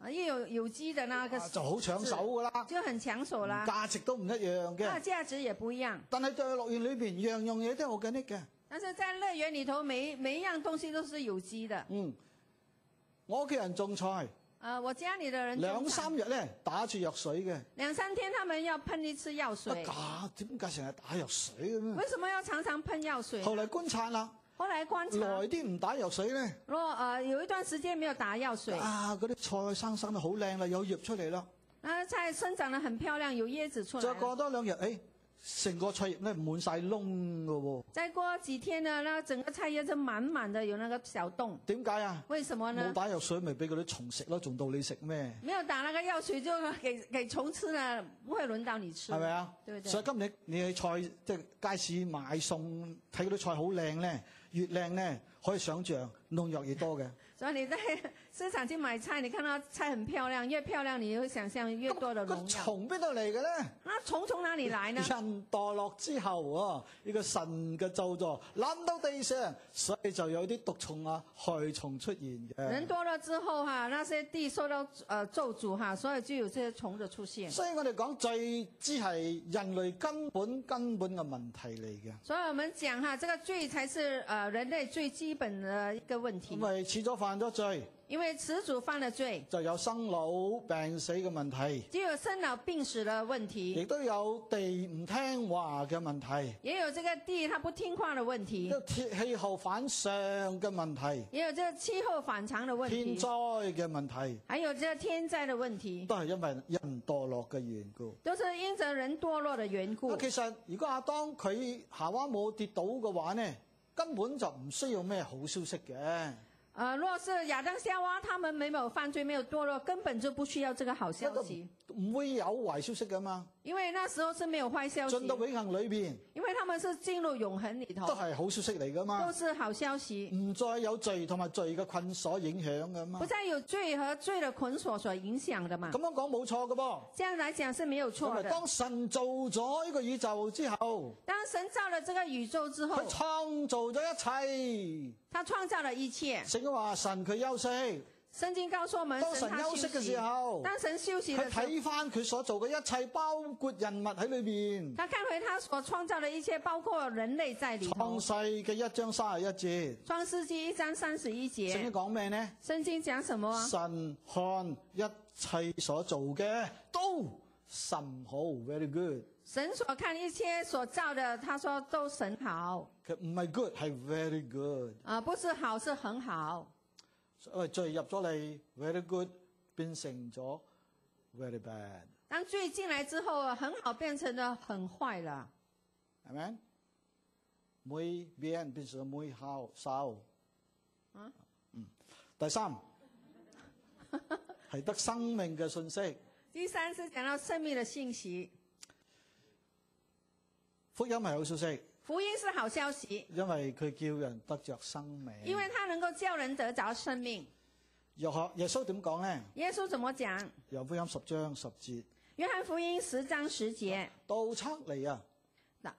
B: 啊，又有有机的那个
A: 啊就好搶手㗎啦，
B: 就很抢手啦，
A: 價值都唔一樣
B: 那
A: 嘅。
B: 价值也不一样。
A: 但係在樂園裏邊，樣樣嘢都係我嘅呢嘅。
B: 但是在乐园里头，每每一样东西都是有机的。
A: 嗯，我屋企人種菜，
B: 呃，我家里的人种
A: 兩
B: 菜
A: 三日咧打住藥水嘅，
B: 两三天，他们要喷一次药
A: 乜
B: 水。
A: 假點解成日打藥水嘅咩？
B: 为什么要常常喷药水？
A: 後來觀察啦。
B: 后来观察，
A: 耐啲唔打藥水咧，
B: 若呃有一段时间没有打药水，
A: 啊嗰啲菜生生得好靚啦，有葉出嚟啦，
B: 那啊菜生長得很漂亮，有叶子出来
A: 再
B: 了。
A: 過多兩日，誒、成個菜葉咧滿晒窿嘅喎，
B: 再过幾天呢，那整个菜叶就滿滿的有那个小洞，
A: 點解啊？
B: 为什么
A: 冇
B: 呢？
A: 打藥水咪俾嗰啲蟲食咯，仲到你食咩？
B: 没有打那个药水就 给给虫吃了，不会轮到你吃
A: 係。咪啊？
B: 对不
A: 所
B: 对
A: 以？今年你去菜即係街市買餸，睇嗰啲菜好靚咧，越靚咧，可以想象弄藥越多嘅。
B: 所以你在市場去買菜，你看到菜很漂亮，越漂亮你會想象越多 的
A: 個
B: 農藥。
A: 蟲邊度嚟嘅咧？
B: 那蟲從哪裡來呢？
A: 人墮落之後啊，呢個神嘅咒助攬到地上，所以就有啲毒蟲啊、害蟲出現
B: 人
A: 嘅。
B: 多了之後哈、那些地受到呃咒诅哈、所以就有這些蟲的出現。
A: 所以我哋講罪只係人類根本根本嘅問題嚟嘅。
B: 所以我們講哈、這個罪才是呃人類最基本的一個問
A: 因
B: 題，
A: 為始咗犯咗罪，
B: 因為始祖犯了罪，
A: 就有生老病死嘅問題，
B: 就有生老病死的問
A: 亦
B: 題，
A: 都有地唔聽話嘅問題，
B: 也有這個地它不聽話的問題，
A: 有鐵氣候反常嘅問題，
B: 也有這個氣候反常的問
A: 天
B: 題，
A: 災嘅問題，
B: 還有這個天災的問題，
A: 都係因為人墮落嘅緣故。
B: 都是因着人墮落的緣故
A: 啊，。其實如果阿當佢夏娃冇跌倒嘅話呢，根本就唔需要咩好消息嘅。
B: 呃，若是亞當夏娃他們沒有犯罪，沒有墮落，根本就不需要這個好消息，
A: 唔會有壞消息噶嘛，
B: 因為那時候是沒有壞消息
A: 進，到永恆裏邊
B: 因為他們是進入永恆裡
A: 都
B: 頭，
A: 係好消息嚟噶
B: 都
A: 嘛，
B: 是好消息，
A: 唔再有罪同埋罪嘅困所影響噶嘛
B: 不。再有罪和罪的捆鎖所影響的嘛
A: 咁。樣講冇錯噶噃。
B: 這樣來講是沒有
A: 因
B: 啊錯啊
A: 為
B: 的。
A: 當神做咗呢個宇宙之後，
B: 當神造了這個宇宙之後
A: 佢，創造咗一
B: 他創造了一切
A: 切。。聖經話神佢休息，
B: 聖經告訴我們，
A: 當
B: 神
A: 神
B: 他
A: 休
B: 休
A: 息嘅時
B: 息。
A: 候，
B: 當神休
A: 佢
B: 息的時候，
A: 睇翻佢所做嘅一切，包括人物喺裏邊。
B: 他看回他所創造的一切，包括人類在裡
A: 創
B: 頭。
A: 世嘅一章三十一節，
B: 創世記一章三十一
A: 聖
B: 節
A: 經，講咩呢？
B: 聖經講什麼啊？
A: 神看一切所做嘅都甚好，very good。
B: 神所看一切所造的，他說都神好
A: 佢唔係 good，係 very good。
B: 啊、不是好是很好。
A: 所以罪入咗嚟，very good 變成咗 very bad，
B: 當罪進來之後，很好變成了很壞了。
A: 係咪？Muy bien 變成 muy how so。
B: 啊
A: 嗯，第三係得生命嘅信息。
B: 第三是講到生命的信息，
A: 福音係好消息，
B: 福音是好消息，
A: 因為佢叫人得着生命。
B: 因為它能夠叫人得着生命。
A: 約翰耶穌點講呢？
B: 耶穌怎麼講？
A: 約翰福音十章十節，
B: 約翰福音十章十節，
A: 盜賊嚟啊，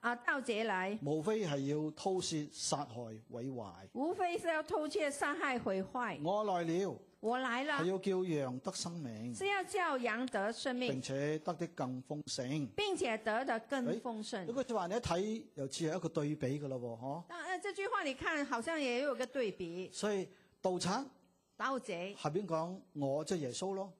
B: 啊，盜賊來，
A: 無非係要偷竊、殺害、毀壞。
B: 無非是要偷竊、殺害、毀壞。
A: 我來了，
B: 我來
A: 係
B: 了，
A: 要叫羊得生命，
B: 是要叫羊得生
A: 並
B: 命，
A: 且得的更豐盛。
B: 並且得的
A: 哎
B: 更豐盛
A: 呢。句話你一睇又似係一個對比㗎咯喎，嗬。
B: 当呃然，这句话你看好像也有个对比，
A: 所以盜賊
B: 盗賊。
A: 下邊講我即係耶穌咯，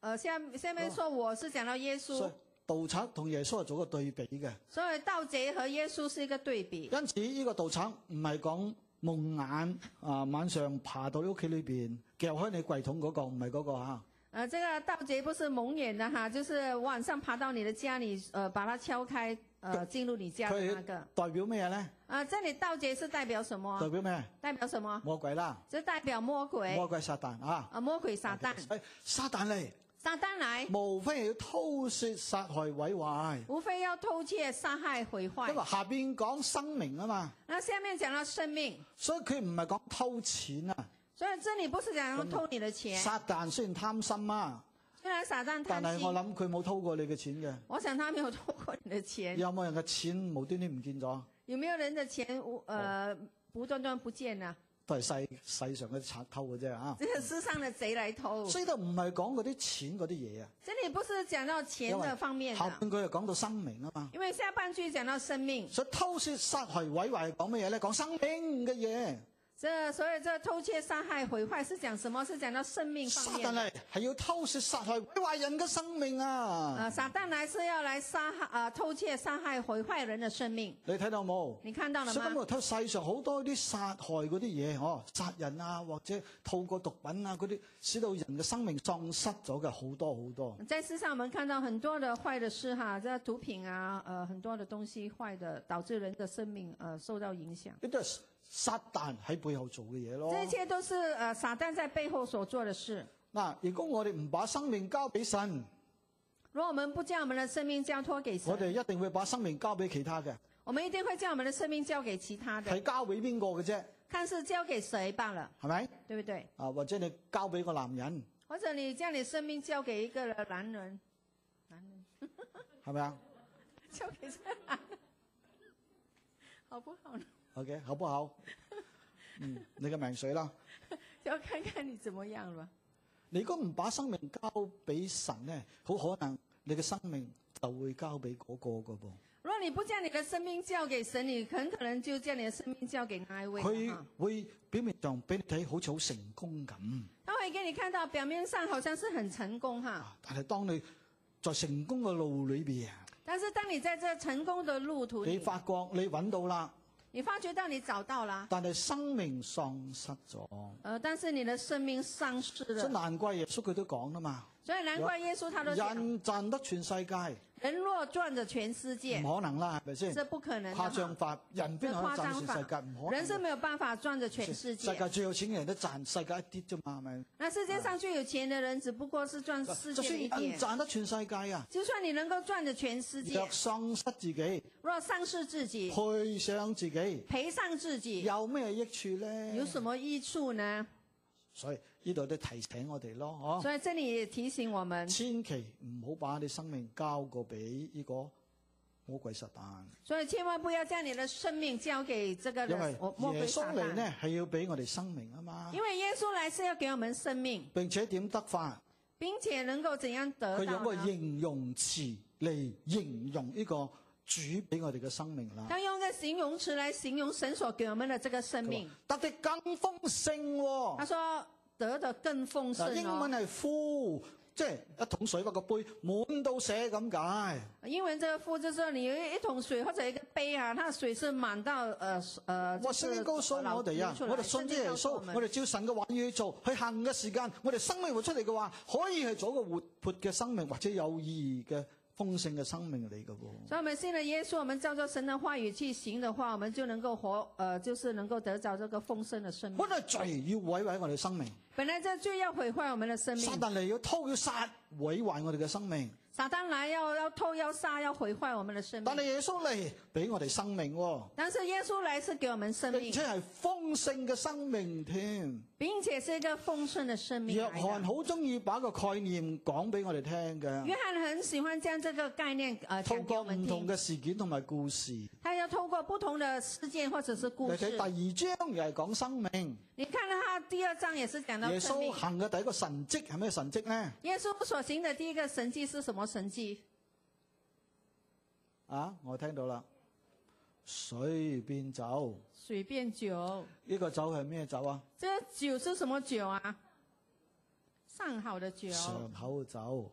B: 呃，下下面说我是讲到耶稣，
A: 所以盜賊同耶穌係做個對比嘅。
B: 所以盗賊和耶穌是一个对比。
A: 因此呢個盜賊唔係講夢眼啊，晚上爬到你屋企裏邊，撬開你櫃桶嗰、個，唔係嗰個嚇。
B: 呃，这个盗賊不是蒙眼的哈，就是晚上爬到你的家里，呃，把它敲开，呃，进入你家的那个。
A: 代表咩咧？
B: 啊、这里盗賊是代表什
A: 代
B: 么？
A: 表咩？
B: 代表什么？
A: 魔鬼啦，
B: 这代表魔鬼
A: 魔鬼撒旦啊！
B: 啊，魔鬼撒旦，
A: 所以撒旦嚟，
B: 撒旦来，
A: 無非係要偷竊、殺害、毀壞。
B: 无非要偷窃、杀害、毁
A: 因為
B: 坏。
A: 下邊講生命啊嘛，
B: 那下面讲到生命，
A: 所以佢唔係講偷錢啊。
B: 所以这里不是讲要偷你的钱，
A: 撒旦雖然貪心啊，
B: 虽然撒旦
A: 但
B: 贪
A: 係
B: 啊心
A: 我。諗佢冇偷過你嘅錢嘅。
B: 我想他没有偷过你的钱，
A: 有冇人嘅錢無端端唔見咗？
B: 有没有人的钱无呃无端端不见了？
A: 都係世世上嗰啲賊偷嘅啫啊！
B: 这个世上的贼来偷。
A: 所以都唔係講嗰啲錢嗰啲嘢啊。
B: 这里不是讲到钱的方面
A: 後
B: 的，
A: 邊佢又講到生命啊嘛。
B: 因为下半句讲到生命，
A: 所以偷竊、殺害、毀壞係講乜嘢咧？講生命嘅嘢。
B: 这所以这偷窃、杀害、毁坏是讲什么？是讲到生命
A: 撒
B: 方
A: 旦
B: 面的。啊
A: 嚟係要偷竊、殺害、毀壞人嘅生命啊！
B: 呃，撒旦来是要来杀害呃偷窃、杀害、毁坏人的生命，
A: 你睇到冇？
B: 你看到了
A: 所以咁
B: 吗？
A: 我睇世上好多啲殺害嗰啲嘢，嗬，殺人啊，或者透過毒品啊嗰啲，使到人嘅生命喪失咗嘅好多好多。
B: 在世上我们看到很多的坏的事哈，这毒品啊，呃，很多的东西坏的，导致人的生命呃受到影响。
A: 呢啲係撒旦喺背後做嘅嘢咯。
B: 这一切都是呃撒旦在背后所做的事。
A: 嗱，如果我哋唔把生命交俾神，
B: 如果我们不将我们的生命交托给神，
A: 我哋一定會把生命交俾其他嘅，
B: 我们一定会将我们的生命交给其他的。
A: 係交俾邊個嘅啫？
B: 看是交给谁罢了，
A: 係咪？
B: 对不对？
A: 啊，或者你交俾個男人，
B: 或者你将你生命交给一个男人，
A: 係咪啊
B: 交给这个男人， 好不好呢？
A: ？OK，好不好？嗯，你嘅命水啦。
B: 就要看看你怎么样了。
A: 你如果唔把生命交俾神咧，好可能你嘅生命就會交俾嗰個噶噃。
B: 如果你不将你的生命交给神，你很可能就将你的生命交给那一位了
A: 佢
B: 哈。
A: 會表面上俾你睇好似好成功咁，
B: 他会给你看到表面上好像是很成功哈，
A: 啊但係當你在成功嘅路裏邊啊，
B: 但是当你在这成功的路途
A: 你
B: 里，
A: 發覺你揾到啦，
B: 你发觉到你找到了，
A: 但係生命喪失咗。
B: 呃，但是你的生命丧失
A: 所以
B: 了，
A: 難怪耶穌佢都講啦嘛，
B: 所以难怪耶稣他都讲，
A: 人賺得全世界
B: 人若转着全世界，
A: 唔可能啦，係咪先？
B: 这不可能
A: 誇
B: 的
A: 張
B: 嘛。
A: 法，人邊可能賺全世界？唔可能
B: 人是
A: 㗎。
B: 没有办法转着全世
A: 世
B: 界，
A: 界最有錢嘅人都賺世界一啲啫嘛，係咪？
B: 那世界上最有钱的人只不过是赚世
A: 就
B: 界的
A: 算
B: 一点
A: 人。賺得全世界啊，
B: 就算你能够转着全世界
A: 若，喪失自己，
B: 若丧失自己，
A: 賠上自己，
B: 赔上自己，
A: 有咩益處咧？
B: 有什么益处呢？
A: 所以呢度都提醒我哋咯，嗬，
B: 所以这里也提醒我们，
A: 千祈唔好把你生命交過俾呢個魔鬼撒旦，
B: 所以千万不要将你的生命交给这个
A: 因為
B: 人魔魔
A: 耶
B: 鬼撒
A: 穌嚟
B: 旦，
A: 呢係要俾我哋生命啊嘛，
B: 因为耶稣来是要给我们生命，
A: 並且點得法？
B: 并且能够怎样
A: 佢
B: 得
A: 用
B: 到
A: 個
B: 呢？
A: 形容詞嚟形容呢個主俾我哋嘅生命啦。
B: 他用一个形容词来形容神所给我们的这个生
A: 佢
B: 命
A: 話，得的更豐盛喎、
B: 他说得的更丰盛
A: 嗱，英文
B: 哦。
A: 係 full，即係一桶水或個杯滿到寫咁解。
B: 英文这个富就是说你有一桶水或者一个杯啊，它的水是满到呃呃，
A: 我
B: 就是
A: 聖經告訴
B: 老
A: 我哋啊
B: 流，出來
A: 我哋信咗耶穌，
B: 聖經告訴
A: 我哋照神嘅話語去做，去行嘅時間，我哋生命活出嚟嘅話，可以係做一個活潑嘅生命，或者有意義嘅豐盛嘅生命嚟嘅喎。
B: 所以我们信了耶稣，我们照着神的话语去呃行的话，我们就能够活，呃，就是能够得着这个丰盛的生命。
A: 本來罪要毀毀我哋生命，
B: 本来这罪要毁坏我们的生
A: 撒
B: 命，
A: 但嚟要偷要殺毀壞我哋嘅生命，
B: 撒旦来要要偷要杀要毁坏我们的生
A: 但係
B: 命，
A: 耶穌嚟俾我哋生命喎，
B: 但是耶稣来是给我们生
A: 並
B: 命，
A: 且係豐盛嘅生命添。
B: 并且是一个丰盛的生命
A: 約
B: 来
A: 翰
B: 的。
A: 好中意把個概念講俾我哋聽嘅，
B: 约翰很喜欢将这个概念呃
A: 透
B: 讲给
A: 過
B: 我们
A: 唔同
B: 听，
A: 嘅事件同埋故事。
B: 他要透过不同的事件或者是
A: 你
B: 故
A: 睇
B: 事。
A: 第二章又係講生命，
B: 你看到他第二章也是讲到
A: 耶
B: 生
A: 穌
B: 命。
A: 行嘅第一個神蹟係咩神蹟呢？
B: 耶稣所行的第一个神迹是什么神迹？
A: 啊，我聽到啦，水變酒，
B: 水变酒。
A: 呢、個酒係咩酒啊？
B: 这个酒是什么酒啊？上好的酒，
A: 上口酒，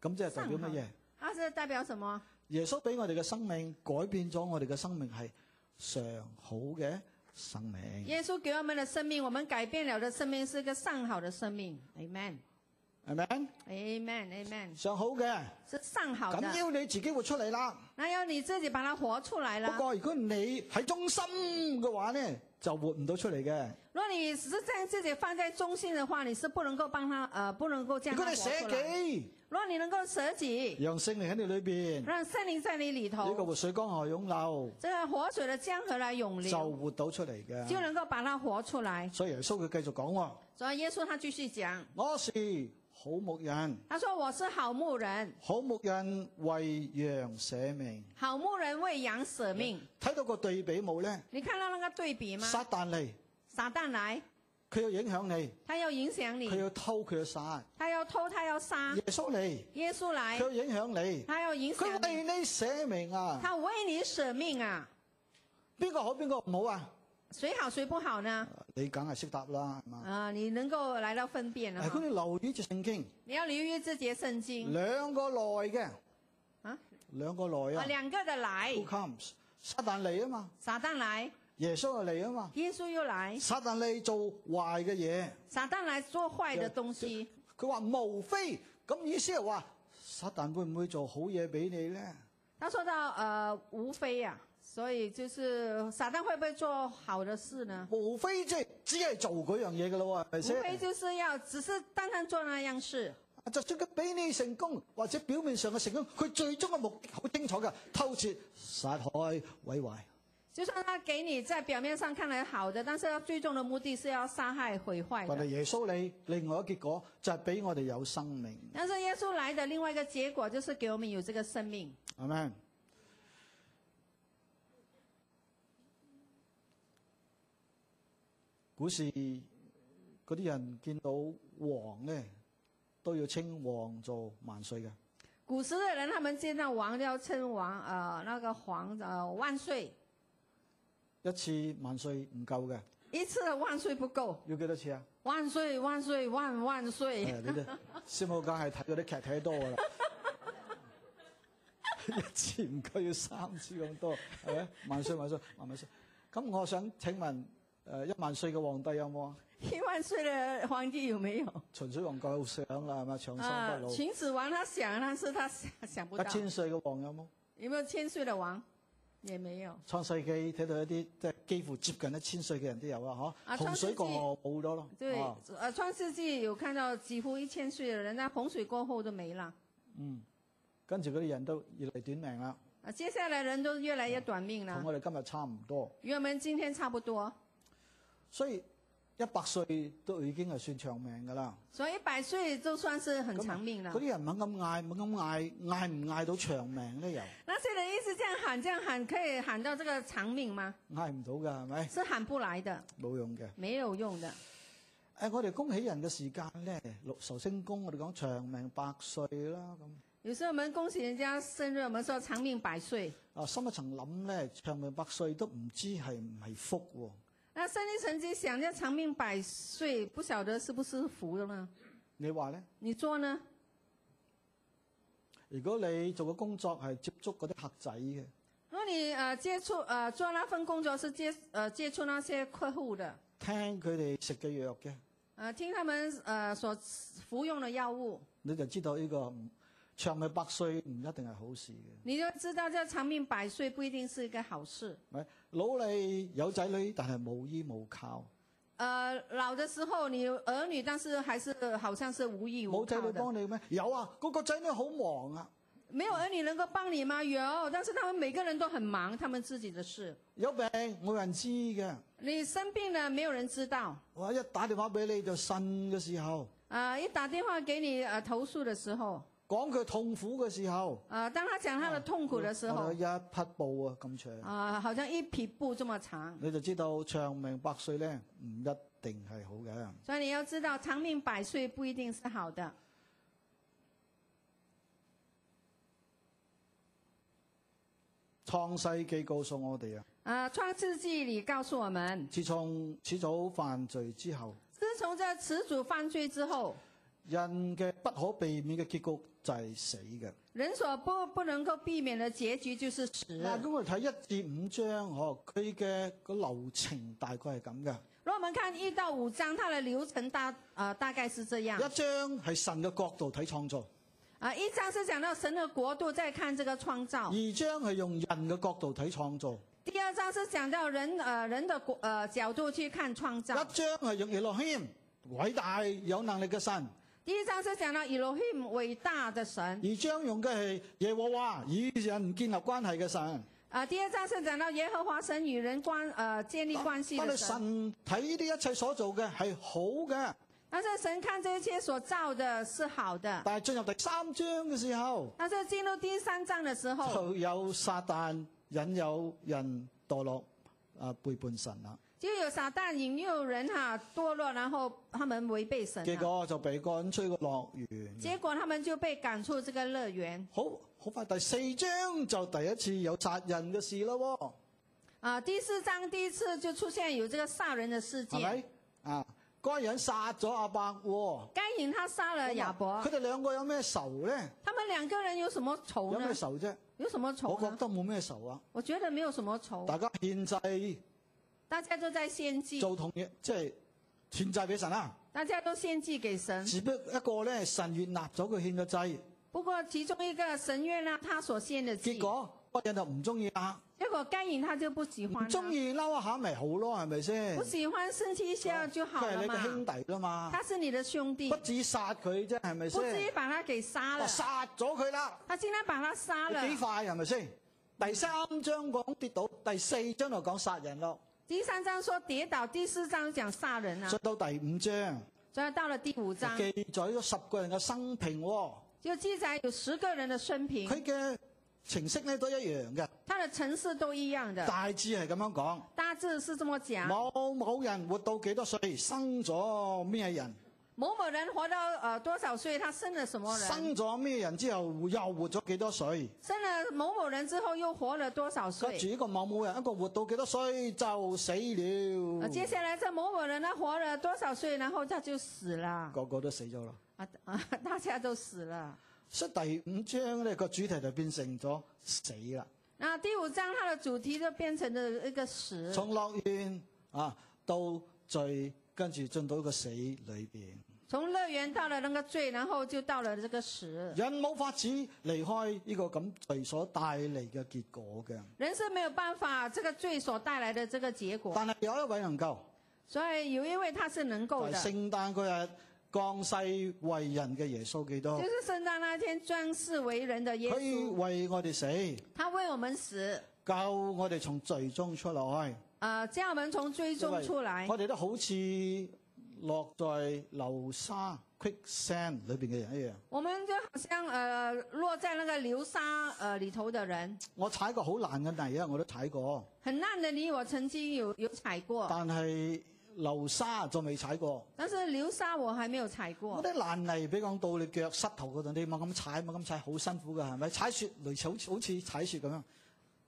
A: 咁即係代表乜嘢
B: 上？啊，这代表什么？
A: 耶穌俾我哋嘅生命改變咗我哋嘅生命係上好嘅生命，
B: 耶稣给我们的生命，我们改变了的生命是个上好的生命。Amen，Amen，Amen，
A: 係咪？上好嘅，
B: 是上好
A: 咁
B: 的。
A: 要你自己活出嚟啦。
B: 那要你自己把它活出来
A: 不
B: 了。
A: 過如果你喺中心嘅話呢，就活唔到出嚟嘅。
B: 如果你只是在自己放在中心的话，你是不能够帮他呃，不能够
A: 如
B: 将
A: 果
B: 它
A: 你
B: 活
A: 捨
B: 出来。
A: 己，
B: 如果你能够舍己，
A: 讓聖靈喺你裏邊，呢、
B: 让圣灵在你里
A: 個
B: 头，
A: 活水江河湧流，
B: 这个活水的江河来涌
A: 就
B: 流，
A: 活到出嚟
B: 就
A: 嘅。
B: 能够把它活出来。
A: 所以耶穌佢繼續講喎，
B: 所以耶稣他继续讲，
A: 我是好牧人，
B: 他说：“我是好牧人，
A: 好牧人為羊捨命。
B: 好牧人为羊舍命。
A: 睇到個對比冇呢？
B: 你看到那个对比吗？
A: 撒旦嚟，
B: 撒旦来，
A: 佢要影響你，
B: 他要影响
A: 佢
B: 你，
A: 要偷，佢要殺。
B: 他要偷，他要杀
A: 耶。穌嚟，
B: 耶稣
A: 佢
B: 来，
A: 要影響你，
B: 他要影响
A: 佢為
B: 你，
A: 你捨命啊！
B: 他为你舍命啊！
A: 邊個好，邊個唔好啊？
B: 谁好谁不好呢？
A: 你梗係識答啦，係嘛？
B: 啊，你能够来到分辨了
A: 嗱，佢
B: 哈。
A: 哋留意住聖經
B: 你要留意这节圣经
A: 兩個內嘅，
B: 啊，
A: 兩個內
B: 啊，
A: 啊。
B: 两个的来
A: Who，comes？撒旦嚟啊嘛，
B: 撒旦来，
A: 耶穌又嚟啊嘛。
B: 耶稣又来，
A: 撒旦嚟做壞嘅嘢，
B: 撒旦来做坏的东西。
A: 佢話無非咁意思係話，撒旦會唔會做好嘢俾你咧？
B: 他说到呃，无非呀、所以就是撒旦会不会做好的事呢？
A: 無非即係只係做嗰樣嘢嘅咯喎，係咪
B: 无
A: 先？啊
B: 非就是要只是单单做那样事，
A: 就算佢俾你成功，或者表面上嘅成功，佢最終嘅目的好清楚㗎，偷竊、殺害、毀壞。
B: 就就算他给你在表面上看来好的，但是他最终的目的是要杀害、毁坏
A: 但
B: 的。
A: 係耶穌你另外一個結果就係俾我哋有生命，
B: 但是耶稣来的另外一个结果就是给我们有这个生命。
A: 係咪？古時嗰啲人見到王咧，都要稱王做萬歲嘅。
B: 古时的人，他们见到王要称王，呃，那个皇呃万岁，
A: 一次萬歲唔夠嘅，
B: 一次的万岁不够，
A: 要幾多次啊？
B: 万岁万岁万万岁。
A: 誒，你哋師母梗係睇嗰啲劇睇得多㗎啦， 一次唔夠要三次咁多，係咪？萬歲萬歲萬萬歲！咁我想請問，誒、一萬歲嘅皇帝有冇啊？
B: 一万岁的皇帝有没有？
A: 秦始皇夠想啦，係咪？長生不老。
B: 秦始皇他想，但是他想想不到
A: 一。千歲嘅王有冇？
B: 有没有千岁的王？也没有。
A: 創世紀睇到一啲即係幾乎接近一千歲嘅人都有啊，
B: 啊
A: 嗬。洪水過後冇咗咯。
B: 对
A: 啊，
B: 呃，创世纪有看到几乎一千岁的人，那洪水过后都没了。
A: 嗯，跟住嗰啲人都越嚟越短命啦，
B: 啊，接下来人都越来越短命
A: 同
B: 了，
A: 我哋今日差唔多。
B: 与我们今天差不多。
A: 所以一百歲都已經係算長命㗎啦。
B: 所以一百岁就算是很
A: 咁
B: 长命了
A: 嗰。啲人猛咁嗌，猛咁嗌，嗌唔嗌到長命咧？又
B: 那些人一直这样喊，这样喊，可以喊到这个长命吗？
A: 嗌唔到㗎，係咪？
B: 是喊不来的，
A: 冇用嘅。誒、
B: 没有用的。
A: 我哋恭喜人嘅時間咧，六壽星公我哋講長命百歲啦，咁
B: 有时候我们恭喜人家生日，我们说长命百岁。
A: 啊深一層諗咧，長命百歲都唔知係唔係福喎、
B: 那三一成绩想要长命百岁，不晓得是不是福的呢？
A: 你話咧？
B: 你做呢？
A: 如果你做嘅工作係接觸嗰啲客仔嘅，
B: 如果你呃接触呃做那份工作是接呃接触那些客户的，
A: 聽佢哋食嘅藥嘅，
B: 呃听他们呃所服用的藥物，
A: 你就知道呢、個唔長命百歲唔一定係好事嘅。
B: 你就知道这长命百岁不一定是一个好事。
A: 老你有仔女，但係冇依冇靠。
B: 呃，老的时候你有儿女，但是还是好像是无依无
A: 冇仔
B: 靠
A: 女
B: 的。
A: 幫你咩？有啊，嗰、個仔女好忙啊，
B: 没有儿女能够帮你吗？有，但是他们每个人都很忙，他们自己的事。
A: 有病冇人知嘅。
B: 你生病了，没有人知道。
A: 哇！一打電話俾你就呻嘅時候，
B: 啊、一打電話給你呃投訴的時候，
A: 講佢痛苦嘅時候，
B: 呃，當他講他的痛苦的時
A: 我
B: 候
A: 有，一匹布啊咁長，
B: 啊、好像一匹布這麼長。
A: 你就知道長命百歲咧唔一定係好嘅。
B: 所以你要知道，長命百歲不一定是好的。
A: 創世記告訴我哋啊，
B: 啊、創世紀里告訴我們，
A: 自從始祖犯罪之後，
B: 自從這始祖犯罪之後，
A: 人嘅不可避免嘅結局就係死嘅。
B: 人所不不能夠避免的結局就是死。
A: 嗱，
B: 如
A: 咁我哋睇一至五章，嗬，佢嘅個流程大概係咁嘅。
B: 果我們看一到五章，它的流程大呃大概是這樣。
A: 一章係神嘅角度睇創造，
B: 啊、一章是講到神的國度，在看這個創造
A: 二；章係用人嘅角度睇創造，
B: 第二章是講到人呃人的國呃角度去看創
A: 一
B: 造
A: 章。係用 Elohim 偉大有能力嘅神，
B: 第一章是讲到 Elohim 偉大的神，
A: 二章用嘅係耶和華與人建立關係嘅神。
B: 啊、第二章是讲到耶和華神與人關呃建立關係
A: 但係
B: 的神。
A: 神睇呢啲一切所做嘅係好嘅，
B: 但是神看这一切所造的是好的，
A: 但係進入第三章嘅時候，
B: 但是进入第三章的時候，
A: 就有撒旦引誘人墮落，啊背叛神啦。
B: 就有撒旦引誘人哈、墮落，然後他們違背神、
A: 結
B: 啊，
A: 果就被趕出個樂園。
B: 結果他們就被趕出這個樂園。
A: 好好快，第四章就第一次有殺人嘅事咯喎。
B: 啊、第四章第一次就出現有這個殺人的事
A: 係
B: 件，
A: 咪？啊，嗰個人殺咗阿伯喎。啊
B: 該隱他殺了亞伯啊
A: 佢，哋兩個有咩仇咧？
B: 他們兩個人有什麼仇
A: 有
B: 呢
A: 咩？仇啫？
B: 有什麼
A: 我
B: 仇
A: 覺
B: 呢？
A: 得冇咩仇啊！
B: 我覺得沒有什麼仇。
A: 大家獻祭
B: 大家都在献祭，
A: 做同嘢，即係獻祭俾神啊啦。
B: 大家都献祭给神。
A: 只不過一個咧，神悦納咗佢獻嘅祭，
B: 不过其中一个神悦纳他所献的祭，
A: 結果嗰個人就唔中意啦，
B: 结果该隐他就不喜
A: 唔
B: 欢
A: 中
B: 了，
A: 意嬲一下咪好咯，係咪先
B: 不？喜欢生气一下就好
A: 佢係
B: 了
A: 你嘅兄
B: 嘛。
A: 弟啦嘛，
B: 他是你的兄弟
A: 不，哦止殺佢啫，係咪
B: 不至于
A: 先？
B: 把他给杀
A: 我
B: 了，
A: 殺咗佢啦，
B: 他竟然把他杀了
A: 你，幾快係咪先？第三章講跌倒，第四章就講殺人咯，
B: 第三章说跌倒，第四章讲杀人啊
A: 再，到第五章
B: 所以到了第五
A: 就
B: 章
A: 記載咗十個人嘅生平喎，
B: 就记载有十个人的生平，
A: 佢嘅程式咧都一樣嘅，
B: 他的城市都一样的，
A: 大致係咁樣講。
B: 大致是这么讲。
A: 某某人活到幾多歲，生咗咩人，
B: 某某人活到呃多少岁，他生了什么人？
A: 生咗咩人之後又活咗幾多歲。
B: 生了某某人之后又活了多少
A: 跟住
B: 岁？
A: 呢個某某人啊一個活到幾多歲就死
B: 呃，接
A: 了，
B: 下来这某某人呢活了多少岁，然后他就死了
A: 個個都死咗啦。
B: 啊 啊，大家都死了。
A: 所以第五章咧個主題就變成咗死啦，
B: 那第五章它的主题就变成了一个死，
A: 從樂園啊到罪，跟住進到一個死裏邊。
B: 从乐园到了那个罪，然后就到了这个死。
A: 人冇法子離開呢個咁罪所帶嚟嘅結果嘅，
B: 人是没有办法这个罪所帶來的这个结果，
A: 但係有一位能夠，
B: 所以有一位他是能
A: 就
B: 够
A: 係
B: 的，就
A: 聖誕嗰日降世為人嘅耶穌基督，
B: 是圣诞那天装饰为人的耶
A: 佢
B: 稣，
A: 為我哋死，
B: 他为我们死，
A: 救我哋從罪中出來。
B: 呃，将我们从追踪出来。
A: 我哋都好似落在流沙 quicksand 裏邊嘅人一樣。
B: 我们就好像呃落在那个流沙呃里头的人，
A: 我踩過好難嘅泥啊，我都踩過，
B: 很烂的泥我曾经有有踩过，
A: 但係流沙就未踩過。
B: 但是流沙我还没有踩
A: 我
B: 过。
A: 啲爛泥，比講到你腳膝頭嗰度，你猛咁踩，猛咁踩，好辛苦㗎，係咪？踩雪類似好似好似踩雪咁樣，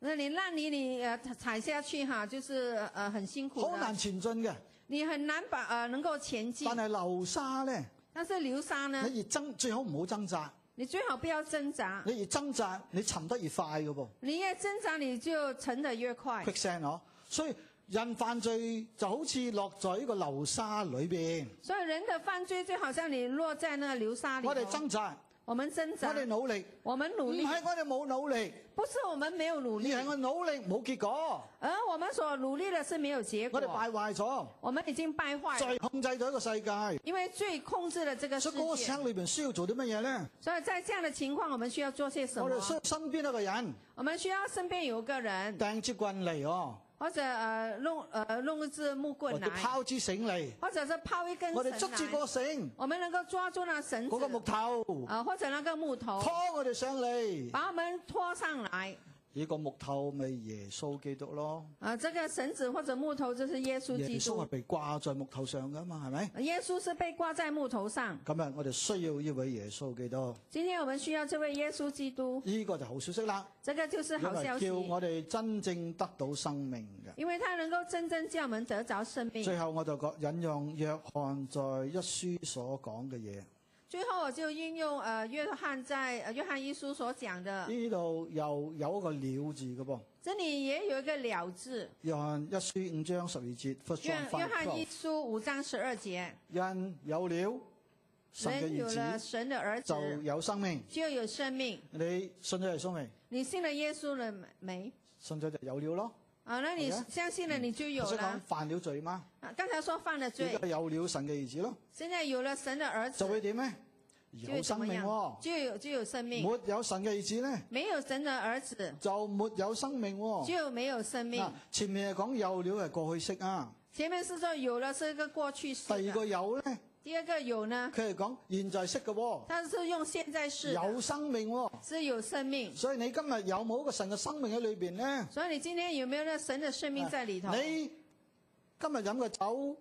B: 那你烂泥你呃踩踩下去哈，就是呃很辛苦
A: 好
B: 的，
A: 難前進嘅。
B: 你很难把呃能够前进
A: 但。係流沙咧，
B: 但是流沙呢，
A: 你越掙最好唔好掙扎，
B: 你最好不要挣扎，
A: 你越掙扎你沉得越快㗎噃。
B: 你越挣扎你就沉得越快。
A: quicksand 嗬，所以人犯罪就好似落在呢個流沙裏邊。
B: 所以人的犯罪就好像你落在那个流沙里
A: 我哋
B: 头，
A: 掙扎，
B: 我们挣
A: 我
B: 扎，
A: 哋努力，
B: 我们努
A: 唔
B: 力，
A: 係我哋冇努力，
B: 不是我们没有努
A: 而
B: 力，
A: 係我努力冇結果，
B: 而嗯我们所努力的是没有结
A: 我
B: 果
A: 哋。敗壞咗，
B: 我们已经败坏了，
A: 再控制咗一個世界。
B: 因为罪控制了这个世
A: 所以嗰個
B: 界。
A: 聲裏邊需要做啲乜嘢咧？
B: 所以在這樣的情況，我们需要做些什
A: 我
B: 么
A: 哋？需要身邊一個人
B: 我们需要身邊有个人，
A: 掟支棍嚟哦，
B: 或者呃弄呃弄一支木
A: 或
B: 棍
A: 者
B: 来，
A: 拋支繩嚟，
B: 或者是拋一根
A: 我哋捉住
B: 繩
A: 個
B: 來，
A: 繩，
B: 我们能夠抓住那繩
A: 嗰個木
B: 子，
A: 頭，
B: 呃或者那個木頭，
A: 拖我哋上嚟。
B: 把我們拖上來。
A: 呢個木頭咪耶穌基督咯，
B: 啊，這個繩子或者木頭就是耶穌
A: 耶啊
B: 基
A: 穌係
B: 督，
A: 被掛在木頭上噶嘛，係咪？
B: 耶穌是被掛在木頭上。
A: 今日啊我哋需要呢位耶穌基督，
B: 今天我們需要這位耶穌基督，
A: 呢、個就好消息啦。
B: 這個就是
A: 因
B: 好
A: 為
B: 消息
A: 叫，我哋真正得到生命嘅。
B: 因為他能夠真正叫我們得着生命。
A: 最後我就講引用約翰在一書所講嘅嘢，
B: 最後我就應用呃約翰在呃約翰一书所講的，
A: 呢度又有一個了字嘅噃。
B: 這裡也有一個了字。
A: 約翰一書五章十二節，First
B: 約
A: John
B: 約
A: five
B: 翰一
A: twelve，
B: 书五章十二節，
A: 人有了神嘅
B: 人有
A: 兒
B: 了
A: 子
B: 神的兒
A: 就
B: 子
A: 有生命。
B: 就有生命。
A: 你信咗耶穌未？
B: 你信了耶穌了沒？
A: 信咗就有了咯。
B: 啊，那你
A: 好的嗯
B: 相信了你就有
A: 所以講
B: 了。
A: 犯了罪嘛，
B: 啊，剛才說犯了
A: 而
B: 罪，
A: 家有了神嘅兒子咯，
B: 現在有了神的兒
A: 就會
B: 子，
A: 點呢？
B: 就會
A: 有
B: 啊怎
A: 生
B: 麼
A: 命喎、
B: 樣？就有就有生命。
A: 沒有神嘅兒子呢，
B: 沒有神的兒子，
A: 就沒有生命喎、
B: 就沒有生命
A: 嗱。，前面係講有了係過去式啊，
B: 前面是說有了是一個過去式
A: 第二
B: 的，
A: 個有咧，
B: 第二個有呢，
A: 佢係講現在式嘅喎，
B: 它是用現在式的。
A: 有生命喎。
B: 是有生命。
A: 所以你今日有冇一個神嘅生命喺裏邊咧？
B: 所以你今天有没有那神的生
A: 啊
B: 命在里头？
A: 你今日飲嘅酒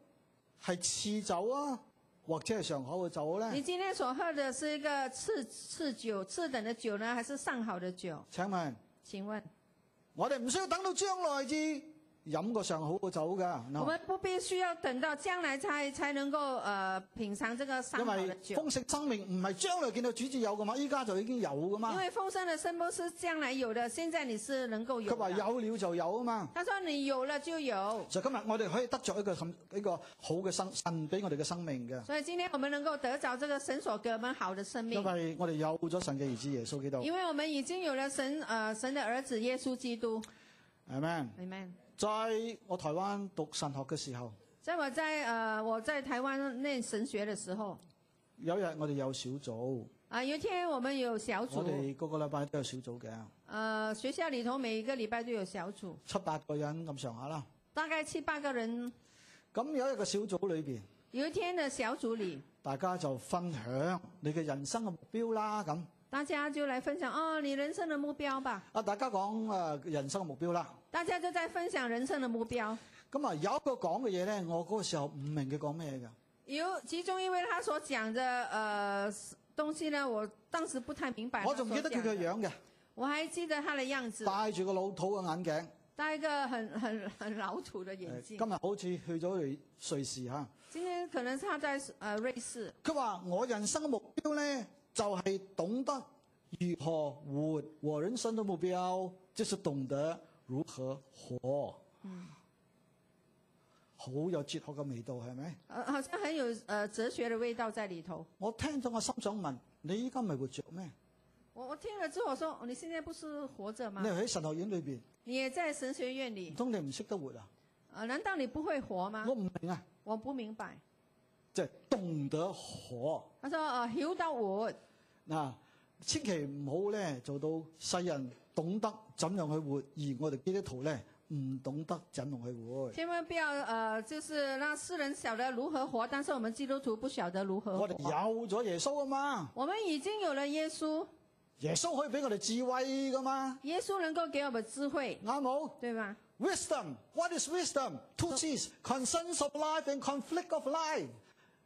A: 係次酒啊，或者係上口嘅酒
B: 你
A: 咧？
B: 今天所喝的是一个次次酒、次等的酒呢，还是上好的酒？
A: 請問
B: 请问，
A: 我哋唔需要等到將來至飲個上好嘅酒㗎，
B: 我
A: no，
B: 们不必需要等到将来才才能够呃品尝这个上
A: 因
B: 好的
A: 為
B: 酒，
A: 豐盛生命唔係將來見到主子有㗎嘛，依家就已經有㗎
B: 因
A: 嘛。
B: 为丰盛的生命是将来有的，现在你是能够有
A: 佢話
B: 的。
A: 有了就有啊嘛。
B: 他说你有了就有，
A: 就今日我哋可以得着一個咁一個好嘅生神俾我哋嘅生命嘅，
B: 所以今天我们能够得着这个神所给我们好的生
A: 因
B: 命，
A: 為我哋有咗神嘅兒子耶穌基督
B: 因为我们已经有了神呃神的儿子耶稣基督。
A: ，Amen。
B: Amen。
A: 在我台灣讀神學嘅時候，
B: 在我在呃我在台湾念神学的时候，
A: 有一日我哋有小組，
B: 啊，有一天我们有小
A: 我
B: 组，
A: 哋個個禮拜都有小組嘅，
B: 呃，学校里头每一个礼拜都有小组，
A: 七八個人咁上下啦。
B: 大概七八个人。
A: 咁有一個小組裏邊，
B: 有一天的小组里，
A: 大家就分享你嘅人生嘅目標啦。咁
B: 大家就来分享哦，你人生的目标吧。
A: 啊，大家講誒、呃人生嘅目標啦。
B: 大家就在分享人生的目標。
A: 咁啊，有一個講嘅嘢咧，我嗰個時候唔明佢講咩嘅。
B: 有其中一位他所講的呃東西呢，我當時不太明白。
A: 我仲記得佢嘅
B: 樣，
A: 樣嘅，
B: 我還記得他的樣子，
A: 戴住個老土嘅眼鏡。
B: 戴一個很很很老土的
A: 呃
B: 眼
A: 今
B: 鏡。
A: 日好似去咗瑞瑞士嚇。
B: 今天可能是他在呃瑞士，
A: 佢話：我人生嘅目標呢，就係、懂得如何活。我人生的目標就是懂得如何活。
B: 嗯
A: 好有哲學嘅味道，係咪？
B: 呃，好像很有呃哲學的味道在裡頭。
A: 我聽咗我心想問：你依家咪活着咩？
B: 我我聽了之後我說，哦你現在不是活着
A: 你
B: 嗎？
A: 喺神學院裏邊，
B: 你也在神學院
A: 唔
B: 裡，
A: 通你唔識得活啊？
B: 呃，難道你不會活嗎
A: 我？唔明啊，
B: 我不明白。
A: 即、係、懂得活
B: 他說，呃，曉得活，
A: 嗱、千祈唔好咧做到世人懂得怎樣去活，而我哋基督徒咧唔懂得怎樣去活。
B: 千万不要呃，就是让世人晓得如何活，但是我们基督徒不晓得如何
A: 我哋
B: 活。
A: 有咗耶穌啊嘛，
B: 我们已经有了耶穌，
A: 耶穌可以俾我哋智慧噶嘛，
B: 耶穌能够给我们智慧，
A: 啱冇
B: 對吧？
A: ？Wisdom, what is wisdom? Two things: concerns of life and conflict of life。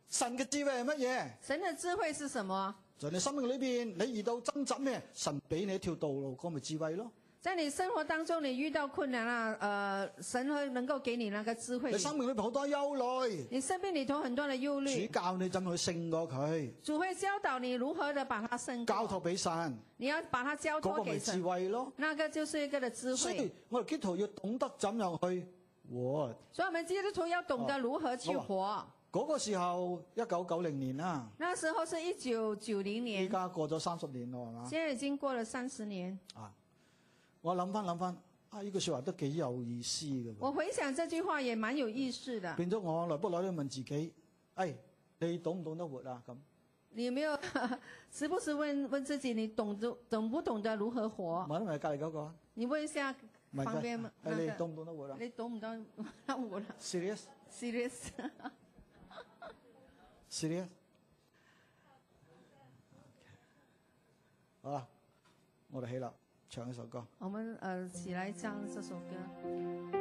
A: 神嘅智慧係乜嘢？
B: 神的智慧是什麼？
A: 在你生命裏邊，你遇到掙扎咩？神俾你一條道路，嗰咪智慧咯。
B: 在你生活當中，你遇到困難啊，呃，神会能够給你那個智慧
A: 你。生命裏邊好多憂慮，
B: 你生命裡頭很多的憂慮
A: 主，教你怎樣去勝過佢，
B: 主會教導你如何的把它勝
A: 交
B: 過，
A: 託俾神，嗰、
B: 你要把它交
A: 個
B: 托
A: 咪
B: 給
A: 智
B: 神，
A: 慧咯。
B: 那個就是一個的智
A: 所以
B: 慧。
A: 我哋基督徒要懂得怎樣去活。
B: 所以，我們基督徒要懂得如何去
A: 哦
B: 活。
A: 嗰、個時候，一九九零年啦，
B: 那時候是一九九零
A: 依
B: 年。
A: 家過咗三十年咯，係嘛？
B: 现在已经过了三十年，
A: 啊，我諗翻諗翻，啊呢句説話都幾有意思嘅喎。
B: 我回想這句話也蠻有意思的。
A: 變咗我耐不耐都問自己，誒、你懂唔懂得活啊？咁
B: 你有没有 时不时问问自己，你懂得懂不懂得如何活？
A: 問一問隔離嗰個啊，
B: 你问一下
A: 唔係
B: 哦旁
A: 真
B: 边
A: 係
B: 那
A: 誒你
B: 个
A: 懂唔懂得活啊
B: 你懂不懂？ 那我了
A: ？Serious
B: ，serious，
A: serious，好啦，我哋起立唱一首歌。
B: 我们呃起来唱这首歌。